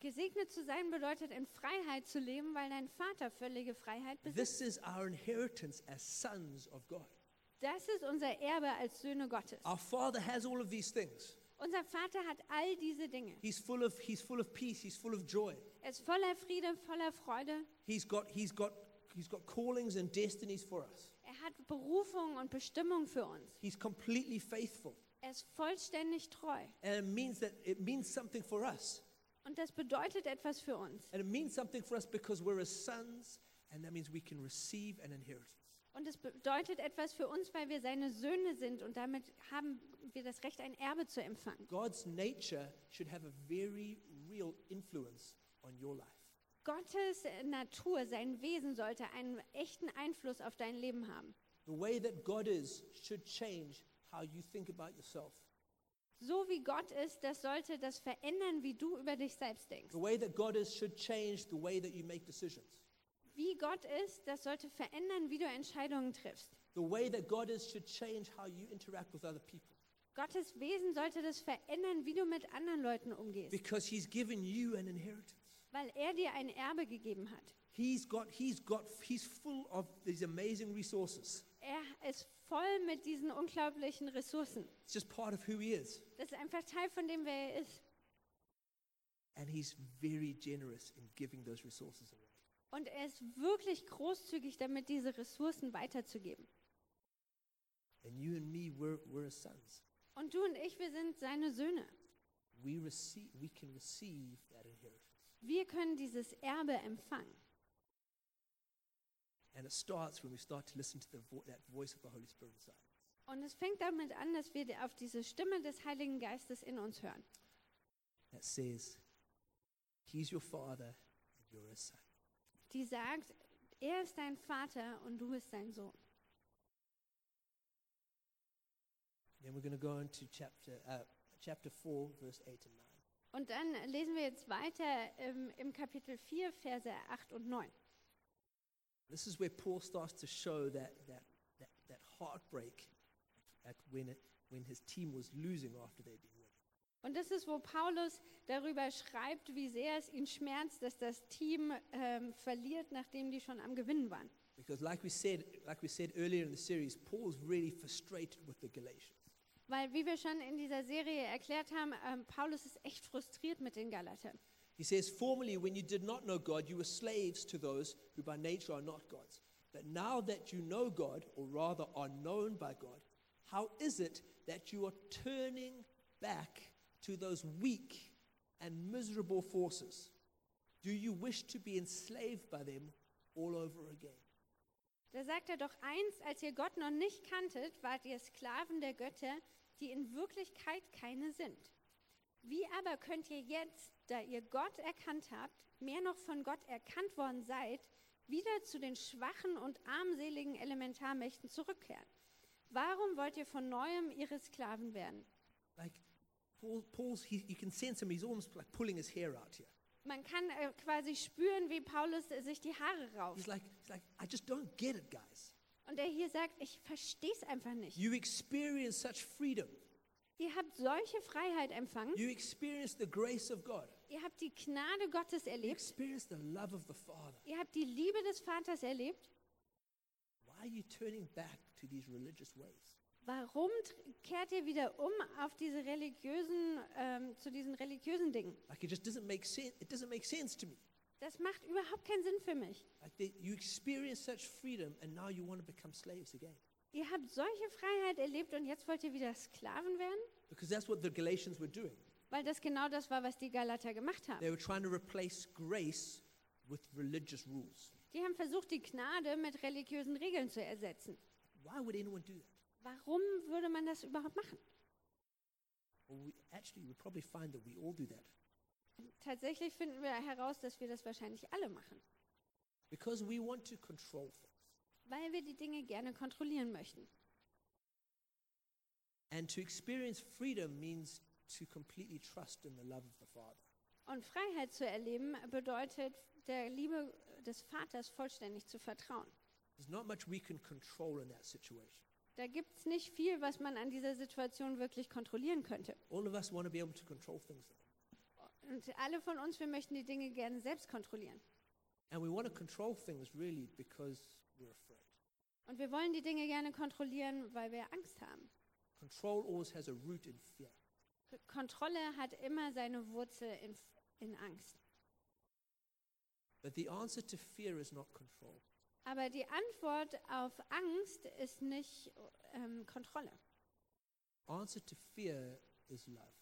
Speaker 2: Gesegnet zu sein bedeutet in Freiheit zu leben, weil dein Vater völlige Freiheit besitzt.
Speaker 1: This is our inheritance as sons of God.
Speaker 2: Das ist unser Erbe als Söhne Gottes.
Speaker 1: Our Father has all of these things.
Speaker 2: Unser Vater hat all diese Dinge.
Speaker 1: He's full of, he's full of peace, he's full of joy.
Speaker 2: Er ist voller Friede, voller Freude.
Speaker 1: He's got, he's, got, he's got callings and destinies for us.
Speaker 2: Er hat Berufung und Bestimmung für uns.
Speaker 1: He's completely faithful.
Speaker 2: Er ist vollständig treu.
Speaker 1: And it means that it means something for us.
Speaker 2: Und das bedeutet etwas für uns.
Speaker 1: And it means something for us because we're his sons, and that means we can receive an inheritance.
Speaker 2: Und es bedeutet etwas für uns, weil wir seine Söhne sind und damit haben wir das Recht, ein Erbe zu empfangen.
Speaker 1: God's nature should have a very real influence on your life.
Speaker 2: Gottes äh, Natur, sein Wesen sollte einen echten Einfluss auf dein Leben haben.
Speaker 1: The way that God is should change how you think about yourself.
Speaker 2: So wie Gott ist, das sollte das verändern, wie du über dich selbst denkst.
Speaker 1: The way that God is should change the way that you make decisions.
Speaker 2: Wie Gott ist, das sollte verändern, wie du Entscheidungen triffst.
Speaker 1: The way that God is should change how you interact with other people
Speaker 2: Gottes Wesen sollte das verändern, wie du mit anderen Leuten umgehst,
Speaker 1: because he's given you an inheritance.
Speaker 2: weil er dir ein Erbe gegeben hat.
Speaker 1: He's got he's got he's full of these amazing resources.
Speaker 2: Er ist voll mit diesen unglaublichen Ressourcen.
Speaker 1: It's just part of who he is.
Speaker 2: Das ist einfach Teil von dem, wer er ist.
Speaker 1: And he's very generous in giving those resources away.
Speaker 2: Und er ist wirklich großzügig damit, diese Ressourcen weiterzugeben.
Speaker 1: And you and me, we're, we're his sons.
Speaker 2: Und du und ich, wir sind seine Söhne.
Speaker 1: We, receive, we can receive that inheritance.
Speaker 2: Wir können dieses Erbe empfangen.
Speaker 1: And it starts when we start to listen to the vo- that voice of the Holy Spirit inside.
Speaker 2: Und es fängt damit an, dass wir auf diese Stimme des Heiligen Geistes in uns hören.
Speaker 1: That says, He's your father and you're his son.
Speaker 2: Die sagt, er ist dein Vater und du bist sein Sohn.
Speaker 1: Then we're going to go into chapter, uh, chapter 4, verse 8 and 9.
Speaker 2: Und dann lesen wir jetzt weiter im, im Kapitel 4, Verse 8 und 9.
Speaker 1: This is where Paul starts to show that, that, that, that heartbreak at when, it, when his team was losing after they'd been winning.
Speaker 2: Und das ist, wo Paulus darüber schreibt, wie sehr es ihn schmerzt, dass das Team ähm, verliert, nachdem die schon am Gewinnen waren.
Speaker 1: Because like we said, like we said earlier in the series, Paul's really frustrated with the Galatians.
Speaker 2: Weil, wie wir schon in dieser Serie erklärt haben, ähm, Paulus ist echt frustriert mit den Galatern.
Speaker 1: He says, Formerly, when you did not know God, you were slaves to those who by nature are not God's. But now that you know God, or rather are known by God, how is it that you are turning back to those weak and miserable forces? Do you wish to be enslaved by them all over again?
Speaker 2: Da sagt er doch eins, als ihr Gott noch nicht kanntet, wart ihr Sklaven der Götter, die in Wirklichkeit keine sind. Wie aber könnt ihr jetzt, da ihr Gott erkannt habt, mehr noch von Gott erkannt worden seid, wieder zu den schwachen und armseligen Elementarmächten zurückkehren? Warum wollt ihr von neuem ihre Sklaven werden?
Speaker 1: Like, Paul, Paul's, he, you can sense him, he's almost like pulling his hair out here.
Speaker 2: Man kann äh, quasi spüren, wie Paulus äh, sich die Haare rauft.
Speaker 1: He's like, he's like, I just don't get it, guys.
Speaker 2: Und er hier sagt, ich verstehe es einfach nicht.
Speaker 1: You experience such freedom.
Speaker 2: Ihr habt solche Freiheit empfangen.
Speaker 1: You experience the grace of God.
Speaker 2: Ihr habt die Gnade Gottes
Speaker 1: You
Speaker 2: erlebt.
Speaker 1: experience the love of the Father.
Speaker 2: Ihr habt die Liebe des Vaters erlebt.
Speaker 1: Why are you turning back to these religious ways?
Speaker 2: Warum tr- kehrt ihr wieder um auf diese religiösen, ähm, zu diesen religiösen Dingen?
Speaker 1: Like it just doesn't make sense. It doesn't make sense to me.
Speaker 2: Das macht überhaupt keinen Sinn für mich.
Speaker 1: Like they, you experience such freedom, and now you want to become slaves again.
Speaker 2: Ihr habt solche Freiheit erlebt und jetzt wollt ihr wieder Sklaven werden?
Speaker 1: Because that's what the Galatians were doing.
Speaker 2: Weil das genau das war, was die Galater gemacht haben.
Speaker 1: They were trying to replace grace with religious rules.
Speaker 2: Die haben versucht, die Gnade mit religiösen Regeln zu ersetzen.
Speaker 1: Why would anyone do that?
Speaker 2: Warum würde man das überhaupt machen?
Speaker 1: Well, we actually we probably find that we all do that
Speaker 2: Tatsächlich finden wir heraus, dass wir das wahrscheinlich alle machen.
Speaker 1: because we want to control things.
Speaker 2: weil wir die Dinge gerne kontrollieren möchten.
Speaker 1: And to experience freedom means to completely trust in the love of the Father.
Speaker 2: Und Freiheit zu erleben bedeutet, der Liebe des Vaters vollständig zu vertrauen.
Speaker 1: There's not much we can control in that situation.
Speaker 2: Da gibt es nicht viel, was man an dieser Situation wirklich kontrollieren könnte.
Speaker 1: All of us want to be able to control things.
Speaker 2: Und alle von uns, wir möchten die Dinge gerne selbst kontrollieren.
Speaker 1: And we want to control things really because we're afraid.
Speaker 2: Und wir wollen die Dinge gerne kontrollieren, weil wir Angst haben.
Speaker 1: Control always has a root in fear.
Speaker 2: K- Kontrolle hat immer seine Wurzel in, in Angst.
Speaker 1: But the answer to fear is not control.
Speaker 2: Aber die Antwort auf Angst ist nicht ähm, Kontrolle.
Speaker 1: Answer to fear is love.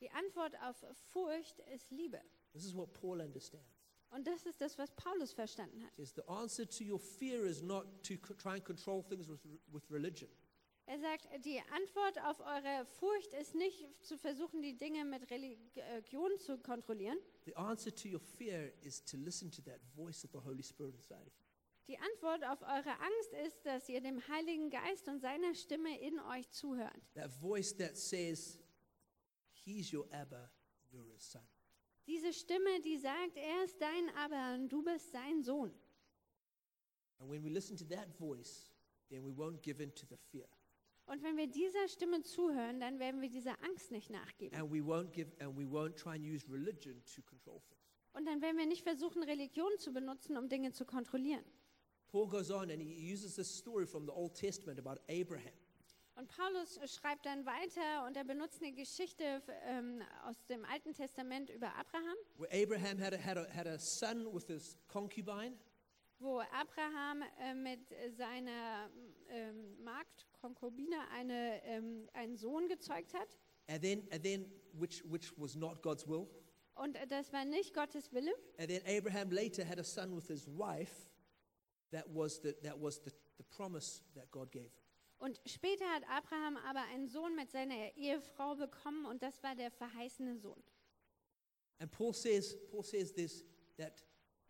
Speaker 2: Die Antwort auf Furcht ist Liebe.
Speaker 1: This is what Paul understands.
Speaker 2: Und das ist das, was Paulus verstanden hat.
Speaker 1: He says the answer to your fear is not to co- try and control things with, with religion.
Speaker 2: Er sagt, die Antwort auf eure Furcht ist nicht zu versuchen, die Dinge mit Religion zu kontrollieren.
Speaker 1: The answer to your fear is to listen to that voice of the Holy Spirit inside of you.
Speaker 2: Die Antwort auf eure Angst ist, dass ihr dem Heiligen Geist und seiner Stimme in euch zuhört.
Speaker 1: That voice that says, He's your Abba, you're his son.
Speaker 2: Diese Stimme, die sagt, er ist dein Aber und du bist sein Sohn.
Speaker 1: And when we listen to that voice, then we won't give in to the fear.
Speaker 2: Und wenn wir dieser Stimme zuhören, dann werden wir dieser Angst nicht nachgeben.
Speaker 1: And we won't give and we won't try and use religion to control things.
Speaker 2: Und dann werden wir nicht versuchen, Religion zu benutzen, um Dinge zu kontrollieren.
Speaker 1: Paul goes on and he uses this story from the Old Testament about Abraham.
Speaker 2: Und Paulus schreibt dann weiter und er benutzt eine Geschichte ähm, aus dem Alten Testament über Abraham,
Speaker 1: Where Abraham had a, had a, had a son with his concubine,
Speaker 2: wo Abraham äh, mit seiner ähm, Magd Konkubine eine, ähm, einen Sohn gezeugt hat.
Speaker 1: and then, and then which, which was not God's will.
Speaker 2: Und äh, das war nicht Gottes Wille.
Speaker 1: And then Abraham later had a son with his wife that was the, that was the, the promise that God gave him.
Speaker 2: Und später hat Abraham aber einen Sohn mit seiner Ehefrau bekommen und das war der verheißene Sohn.
Speaker 1: And Paul says, Paul says this that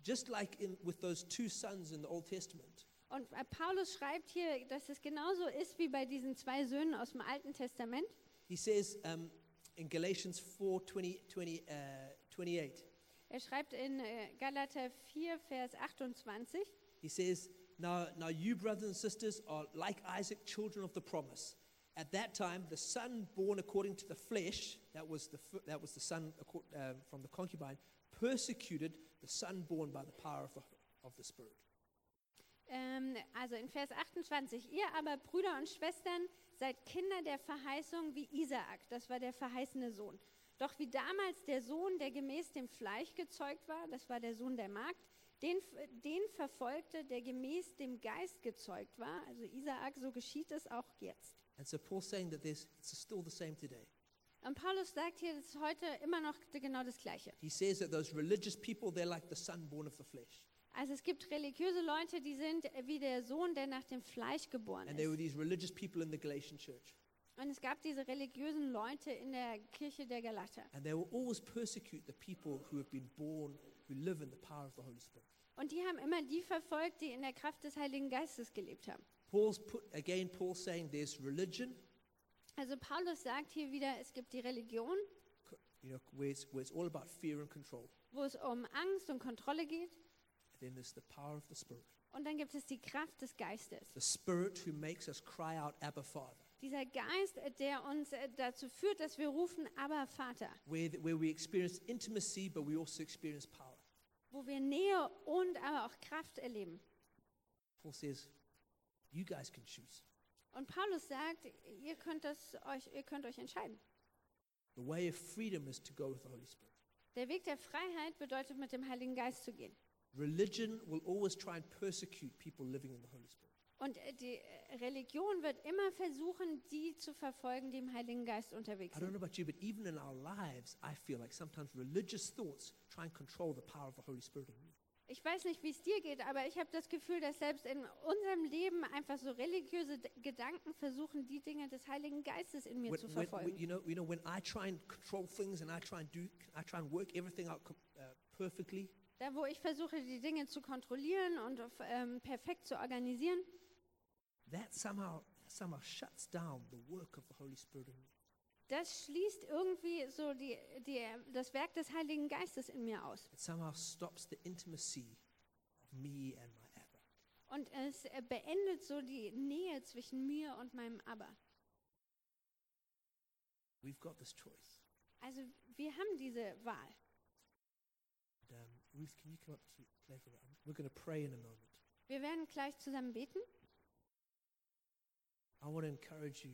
Speaker 1: just like in, with those two sons in the Old Testament,
Speaker 2: Und äh, Paulus schreibt hier, dass es genauso ist wie bei diesen zwei Söhnen aus dem Alten Testament.
Speaker 1: he says um, in Galatians 4 20, 20, uh, 28,
Speaker 2: Er schreibt in äh, Galater 4, Vers 28,
Speaker 1: he says, now, now you, brothers and sisters, are like Isaac, children of the promise. At that time, the son born according to the flesh, that was the, f- that was the son acco- uh, from the concubine, persecuted the son born by the power of the, of the Spirit.
Speaker 2: ähm, also in Vers 28, ihr aber Brüder und Schwestern seid Kinder der Verheißung wie Isaak, das war der verheißene Sohn. Doch wie damals der Sohn, der gemäß dem Fleisch gezeugt war, das war der Sohn der Magd, den, f- den verfolgte, der gemäß dem Geist gezeugt war, also Isaak, so geschieht es auch jetzt.
Speaker 1: And so Paul's saying that there's, it's still the same today.
Speaker 2: Und Paulus sagt hier, das ist heute immer noch genau das Gleiche.
Speaker 1: He says that those religious people, they're like the son born of the flesh.
Speaker 2: Also es gibt religiöse Leute, die sind wie der Sohn, der nach dem Fleisch geboren
Speaker 1: And there were
Speaker 2: ist.
Speaker 1: these religious people in the Galatian church.
Speaker 2: Und es gab diese religiösen Leute in der Kirche der Galater.
Speaker 1: And they will always persecute the people who have been born, who live in the power of the Holy Spirit.
Speaker 2: Und die haben immer die verfolgt, die in der Kraft des Heiligen Geistes gelebt haben.
Speaker 1: Paul's put, again, Paul's saying there's religion,
Speaker 2: Also Paulus sagt hier wieder, es gibt die Religion,
Speaker 1: co- you know, where it's, where it's all about fear and control.
Speaker 2: wo es um Angst und Kontrolle geht.
Speaker 1: And then there's the power of the Spirit.
Speaker 2: Und dann gibt es die Kraft des Geistes.
Speaker 1: The Spirit who makes us cry out, Abba, Father.
Speaker 2: Dieser Geist, äh, der uns äh, dazu führt, dass wir rufen, aber Vater,
Speaker 1: Where, th- where we experience intimacy, but we also experience power.
Speaker 2: wo wir Nähe und aber auch Kraft erleben.
Speaker 1: Paul says, you guys can choose.
Speaker 2: Und Paulus sagt, ihr könnt, das euch, ihr könnt euch entscheiden.
Speaker 1: The way of freedom is to go with the Holy Spirit.
Speaker 2: Der Weg der Freiheit bedeutet, mit dem Heiligen Geist zu gehen.
Speaker 1: Religion will always try and persecute people living in the Holy Spirit.
Speaker 2: Und äh, die äh, Religion wird immer versuchen, die zu verfolgen, die im Heiligen Geist unterwegs
Speaker 1: I don't
Speaker 2: sind.
Speaker 1: know about you, but even in our lives, I feel like sometimes religious thoughts try and control the power of the Holy Spirit in me.
Speaker 2: Ich weiß nicht, wie es dir geht, aber ich habe das Gefühl, dass selbst in unserem Leben einfach so religiöse D Gedanken versuchen, die Dinge des Heiligen Geistes in mir
Speaker 1: When,
Speaker 2: zu
Speaker 1: when- when-
Speaker 2: verfolgen.
Speaker 1: you know, you know, when I try and control things and I try and do, I try and work everything out com- uh, perfectly,
Speaker 2: Da, wo ich versuche, die Dinge zu kontrollieren und auf, ähm, perfekt zu organisieren,
Speaker 1: That somehow, somehow shuts down the work of the Holy Spirit in me.
Speaker 2: das schließt irgendwie so die, die, das Werk des Heiligen Geistes in mir aus.
Speaker 1: It somehow stops the intimacy of me and my Abba.
Speaker 2: Und es äh, beendet so die Nähe zwischen mir und meinem Abba.
Speaker 1: We've got this choice.
Speaker 2: Also wir haben diese Wahl.
Speaker 1: And, um, Ruth, can you come up to play for a moment? We're going to pray in a moment.
Speaker 2: Wir werden gleich zusammen beten.
Speaker 1: I want to encourage you,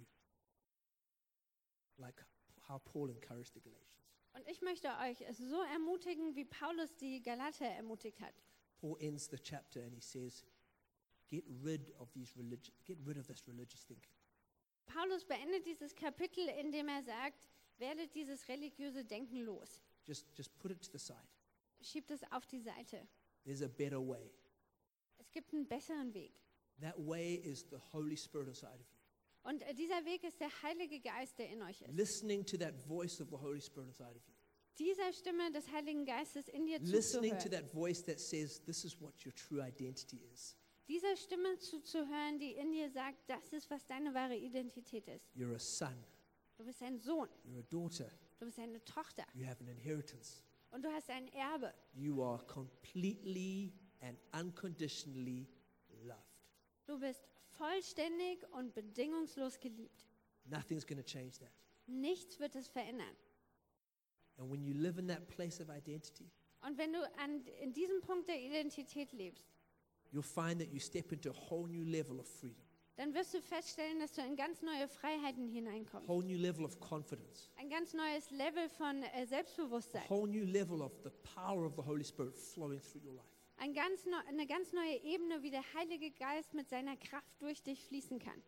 Speaker 1: like how Paul encouraged the Galatians.
Speaker 2: Und ich möchte euch es so ermutigen, wie Paulus die Galater ermutigt hat.
Speaker 1: Paul ends the chapter and he says, "Get rid of these religious, get rid of this religious thinking."
Speaker 2: Paulus beendet dieses Kapitel, indem er sagt, werdet dieses religiöse Denken los.
Speaker 1: Just, just put it to the side.
Speaker 2: Schiebt es auf die Seite.
Speaker 1: There's a better way.
Speaker 2: Es gibt einen besseren Weg.
Speaker 1: That way is the Holy Spirit inside of you.
Speaker 2: Und äh, dieser Weg ist der Heilige Geist, der in euch ist.
Speaker 1: Listening to that voice of the Holy Spirit inside of you.
Speaker 2: Dieser Stimme des Heiligen Geistes in dir
Speaker 1: Listening to
Speaker 2: zuzuhören.
Speaker 1: that voice that says, "This is what your true identity is.
Speaker 2: Dieser Stimme zuzuhören, die in dir sagt, das ist, was deine wahre Identität ist.
Speaker 1: You're a son.
Speaker 2: Du bist ein Sohn,
Speaker 1: You're a daughter.
Speaker 2: du bist eine Tochter
Speaker 1: You have an inheritance.
Speaker 2: und du hast ein Erbe.
Speaker 1: You are completely and unconditionally loved.
Speaker 2: Du bist vollständig und bedingungslos geliebt.
Speaker 1: Nothing's going to change that."
Speaker 2: Nichts wird es verändern.
Speaker 1: And when you live in that place of identity,
Speaker 2: Und wenn du an, in diesem Punkt der Identität lebst,
Speaker 1: you'll find that you step into a whole new level of freedom,
Speaker 2: dann wirst du feststellen, dass du in ganz neue Freiheiten
Speaker 1: a
Speaker 2: hineinkommst.
Speaker 1: whole new level of confidence,
Speaker 2: Ein ganz neues Level von äh,
Speaker 1: a
Speaker 2: Selbstbewusstsein.
Speaker 1: whole new level of the power of the Holy Spirit flowing through your life.
Speaker 2: Ein ganz neu, eine ganz neue Ebene, wie der Heilige Geist mit seiner Kraft durch dich fließen kann.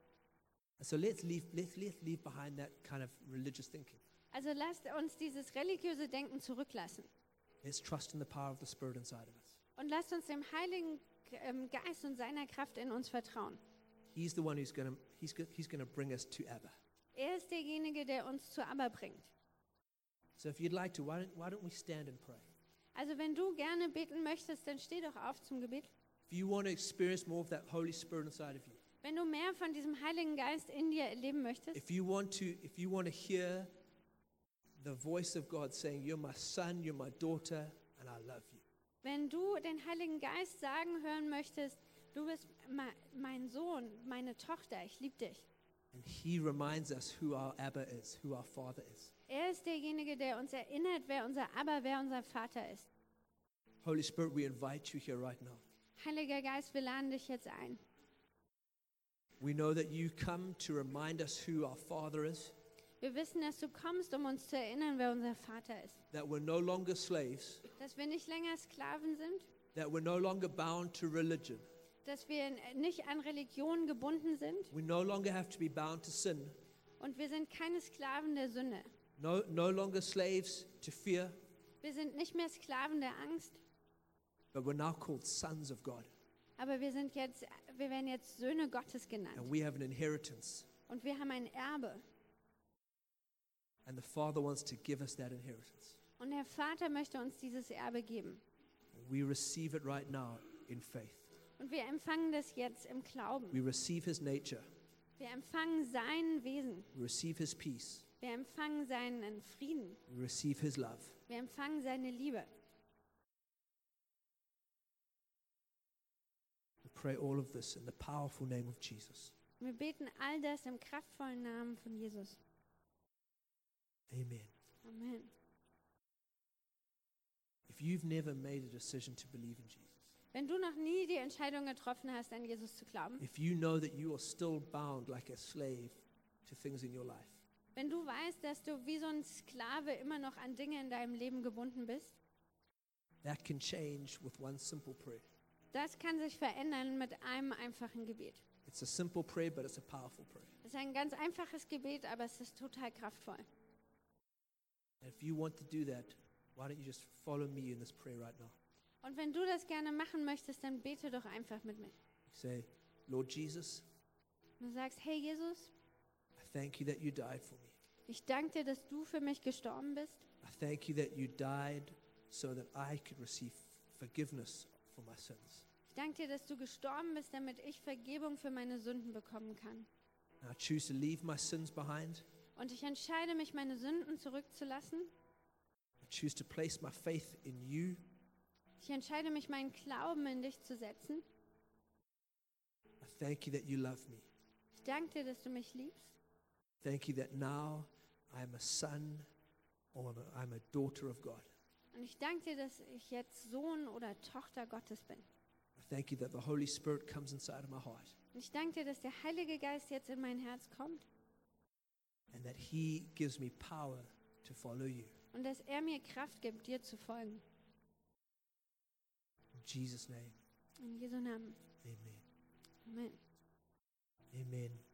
Speaker 1: And so let's leave, let's, let's leave behind that kind of religious thinking.
Speaker 2: Also lasst uns dieses religiöse Denken zurücklassen
Speaker 1: Let's trust in the power of the Spirit inside of us.
Speaker 2: und lasst uns dem Heiligen ähm, Geist und seiner Kraft in uns vertrauen.
Speaker 1: He's the one who's going to he's go, he's going to bring us to Abba.
Speaker 2: Er ist derjenige, der uns zu Abba bringt.
Speaker 1: So if you'd like to, why don't, why don't we stand and pray?
Speaker 2: Also wenn du gerne beten möchtest, dann steh doch auf zum Gebet.
Speaker 1: If you want to experience more of that Holy Spirit inside of you,
Speaker 2: Wenn du mehr von diesem Heiligen Geist in dir erleben möchtest,
Speaker 1: If you want to, if you want to hear the voice of God saying, "You're my son, you're my daughter, and I love you,"
Speaker 2: wenn du den Heiligen Geist sagen hören möchtest, du bist me- mein Sohn, meine Tochter, ich liebe dich.
Speaker 1: and He reminds us who our Abba is, who our Father is.
Speaker 2: Er ist derjenige, der uns erinnert, wer unser Aber, wer unser Vater ist.
Speaker 1: Holy Spirit, we invite you here right now.
Speaker 2: Heiliger Geist, wir laden dich jetzt ein.
Speaker 1: We know that you come to remind us who our Father is,
Speaker 2: Wir wissen, dass du kommst, um uns zu erinnern, wer unser Vater ist.
Speaker 1: that we're no longer slaves,
Speaker 2: Dass wir nicht länger Sklaven sind,
Speaker 1: that we're no longer bound to religion.
Speaker 2: dass wir nicht an Religion gebunden sind
Speaker 1: We no longer have to be bound to sin,
Speaker 2: und wir sind keine Sklaven der Sünde.
Speaker 1: no, no longer slaves to fear,
Speaker 2: Wir sind nicht mehr Sklaven der Angst,
Speaker 1: but we're now called sons of God,
Speaker 2: aber wir, sind jetzt, wir werden jetzt Söhne Gottes
Speaker 1: and
Speaker 2: genannt.
Speaker 1: we have an inheritance.
Speaker 2: Und wir haben ein Erbe.
Speaker 1: And the Father wants to give us that inheritance.
Speaker 2: Und der Vater möchte uns dieses Erbe geben.
Speaker 1: We receive it right now in faith.
Speaker 2: Und wir empfangen das jetzt im Glauben.
Speaker 1: We receive His nature.
Speaker 2: Wir empfangen sein Wesen.
Speaker 1: We receive His peace.
Speaker 2: Wir empfangen seinen Frieden.
Speaker 1: We receive His love.
Speaker 2: Wir empfangen seine Liebe.
Speaker 1: We pray all of this in the powerful name of Jesus.
Speaker 2: Wir beten all das im kraftvollen Namen von Jesus.
Speaker 1: Amen.
Speaker 2: Amen.
Speaker 1: If you've never made a decision to believe in Jesus,
Speaker 2: Wenn du noch nie die Entscheidung getroffen hast, an Jesus zu glauben,
Speaker 1: if you know that you are still bound like a slave to things in your life,
Speaker 2: wenn du weißt, dass du wie so ein Sklave immer noch an Dinge in deinem Leben gebunden bist,
Speaker 1: that can change with one simple prayer.
Speaker 2: das kann sich verändern mit einem einfachen Gebet.
Speaker 1: It's a simple prayer, but it's a powerful prayer.
Speaker 2: Es ist ein ganz einfaches Gebet, aber es ist total kraftvoll.
Speaker 1: And if you want to do that, why don't you just follow me in this prayer right now?
Speaker 2: Und wenn du das gerne machen möchtest, dann bete doch einfach mit mir.
Speaker 1: Say, Lord Jesus,
Speaker 2: Und du sagst, hey Jesus,
Speaker 1: I thank you that you died for me.
Speaker 2: ich danke dir, dass du für mich gestorben bist.
Speaker 1: I thank you that you died so that I could receive forgiveness for my sins.
Speaker 2: Ich danke dir, dass du gestorben bist, damit ich Vergebung für meine Sünden bekommen kann.
Speaker 1: And I choose to leave my sins behind.
Speaker 2: Und ich entscheide mich, meine Sünden zurückzulassen.
Speaker 1: I choose to place my faith in you.
Speaker 2: Ich entscheide mich, meinen Glauben in dich zu setzen.
Speaker 1: I thank you that you love me.
Speaker 2: Ich danke dir, dass du mich liebst.
Speaker 1: Thank you that now I am a son or I'm a, I'm a daughter of God.
Speaker 2: Und ich danke dir, dass ich jetzt Sohn oder Tochter Gottes bin.
Speaker 1: I thank you that the Holy Spirit comes inside of my heart
Speaker 2: Und ich danke dir, dass der Heilige Geist jetzt in mein Herz kommt
Speaker 1: and that He gives me power to follow you.
Speaker 2: und dass er mir Kraft gibt, dir zu folgen.
Speaker 1: In Jesus' name,
Speaker 2: In Jesu Namen.
Speaker 1: amen.
Speaker 2: Amen.
Speaker 1: Amen.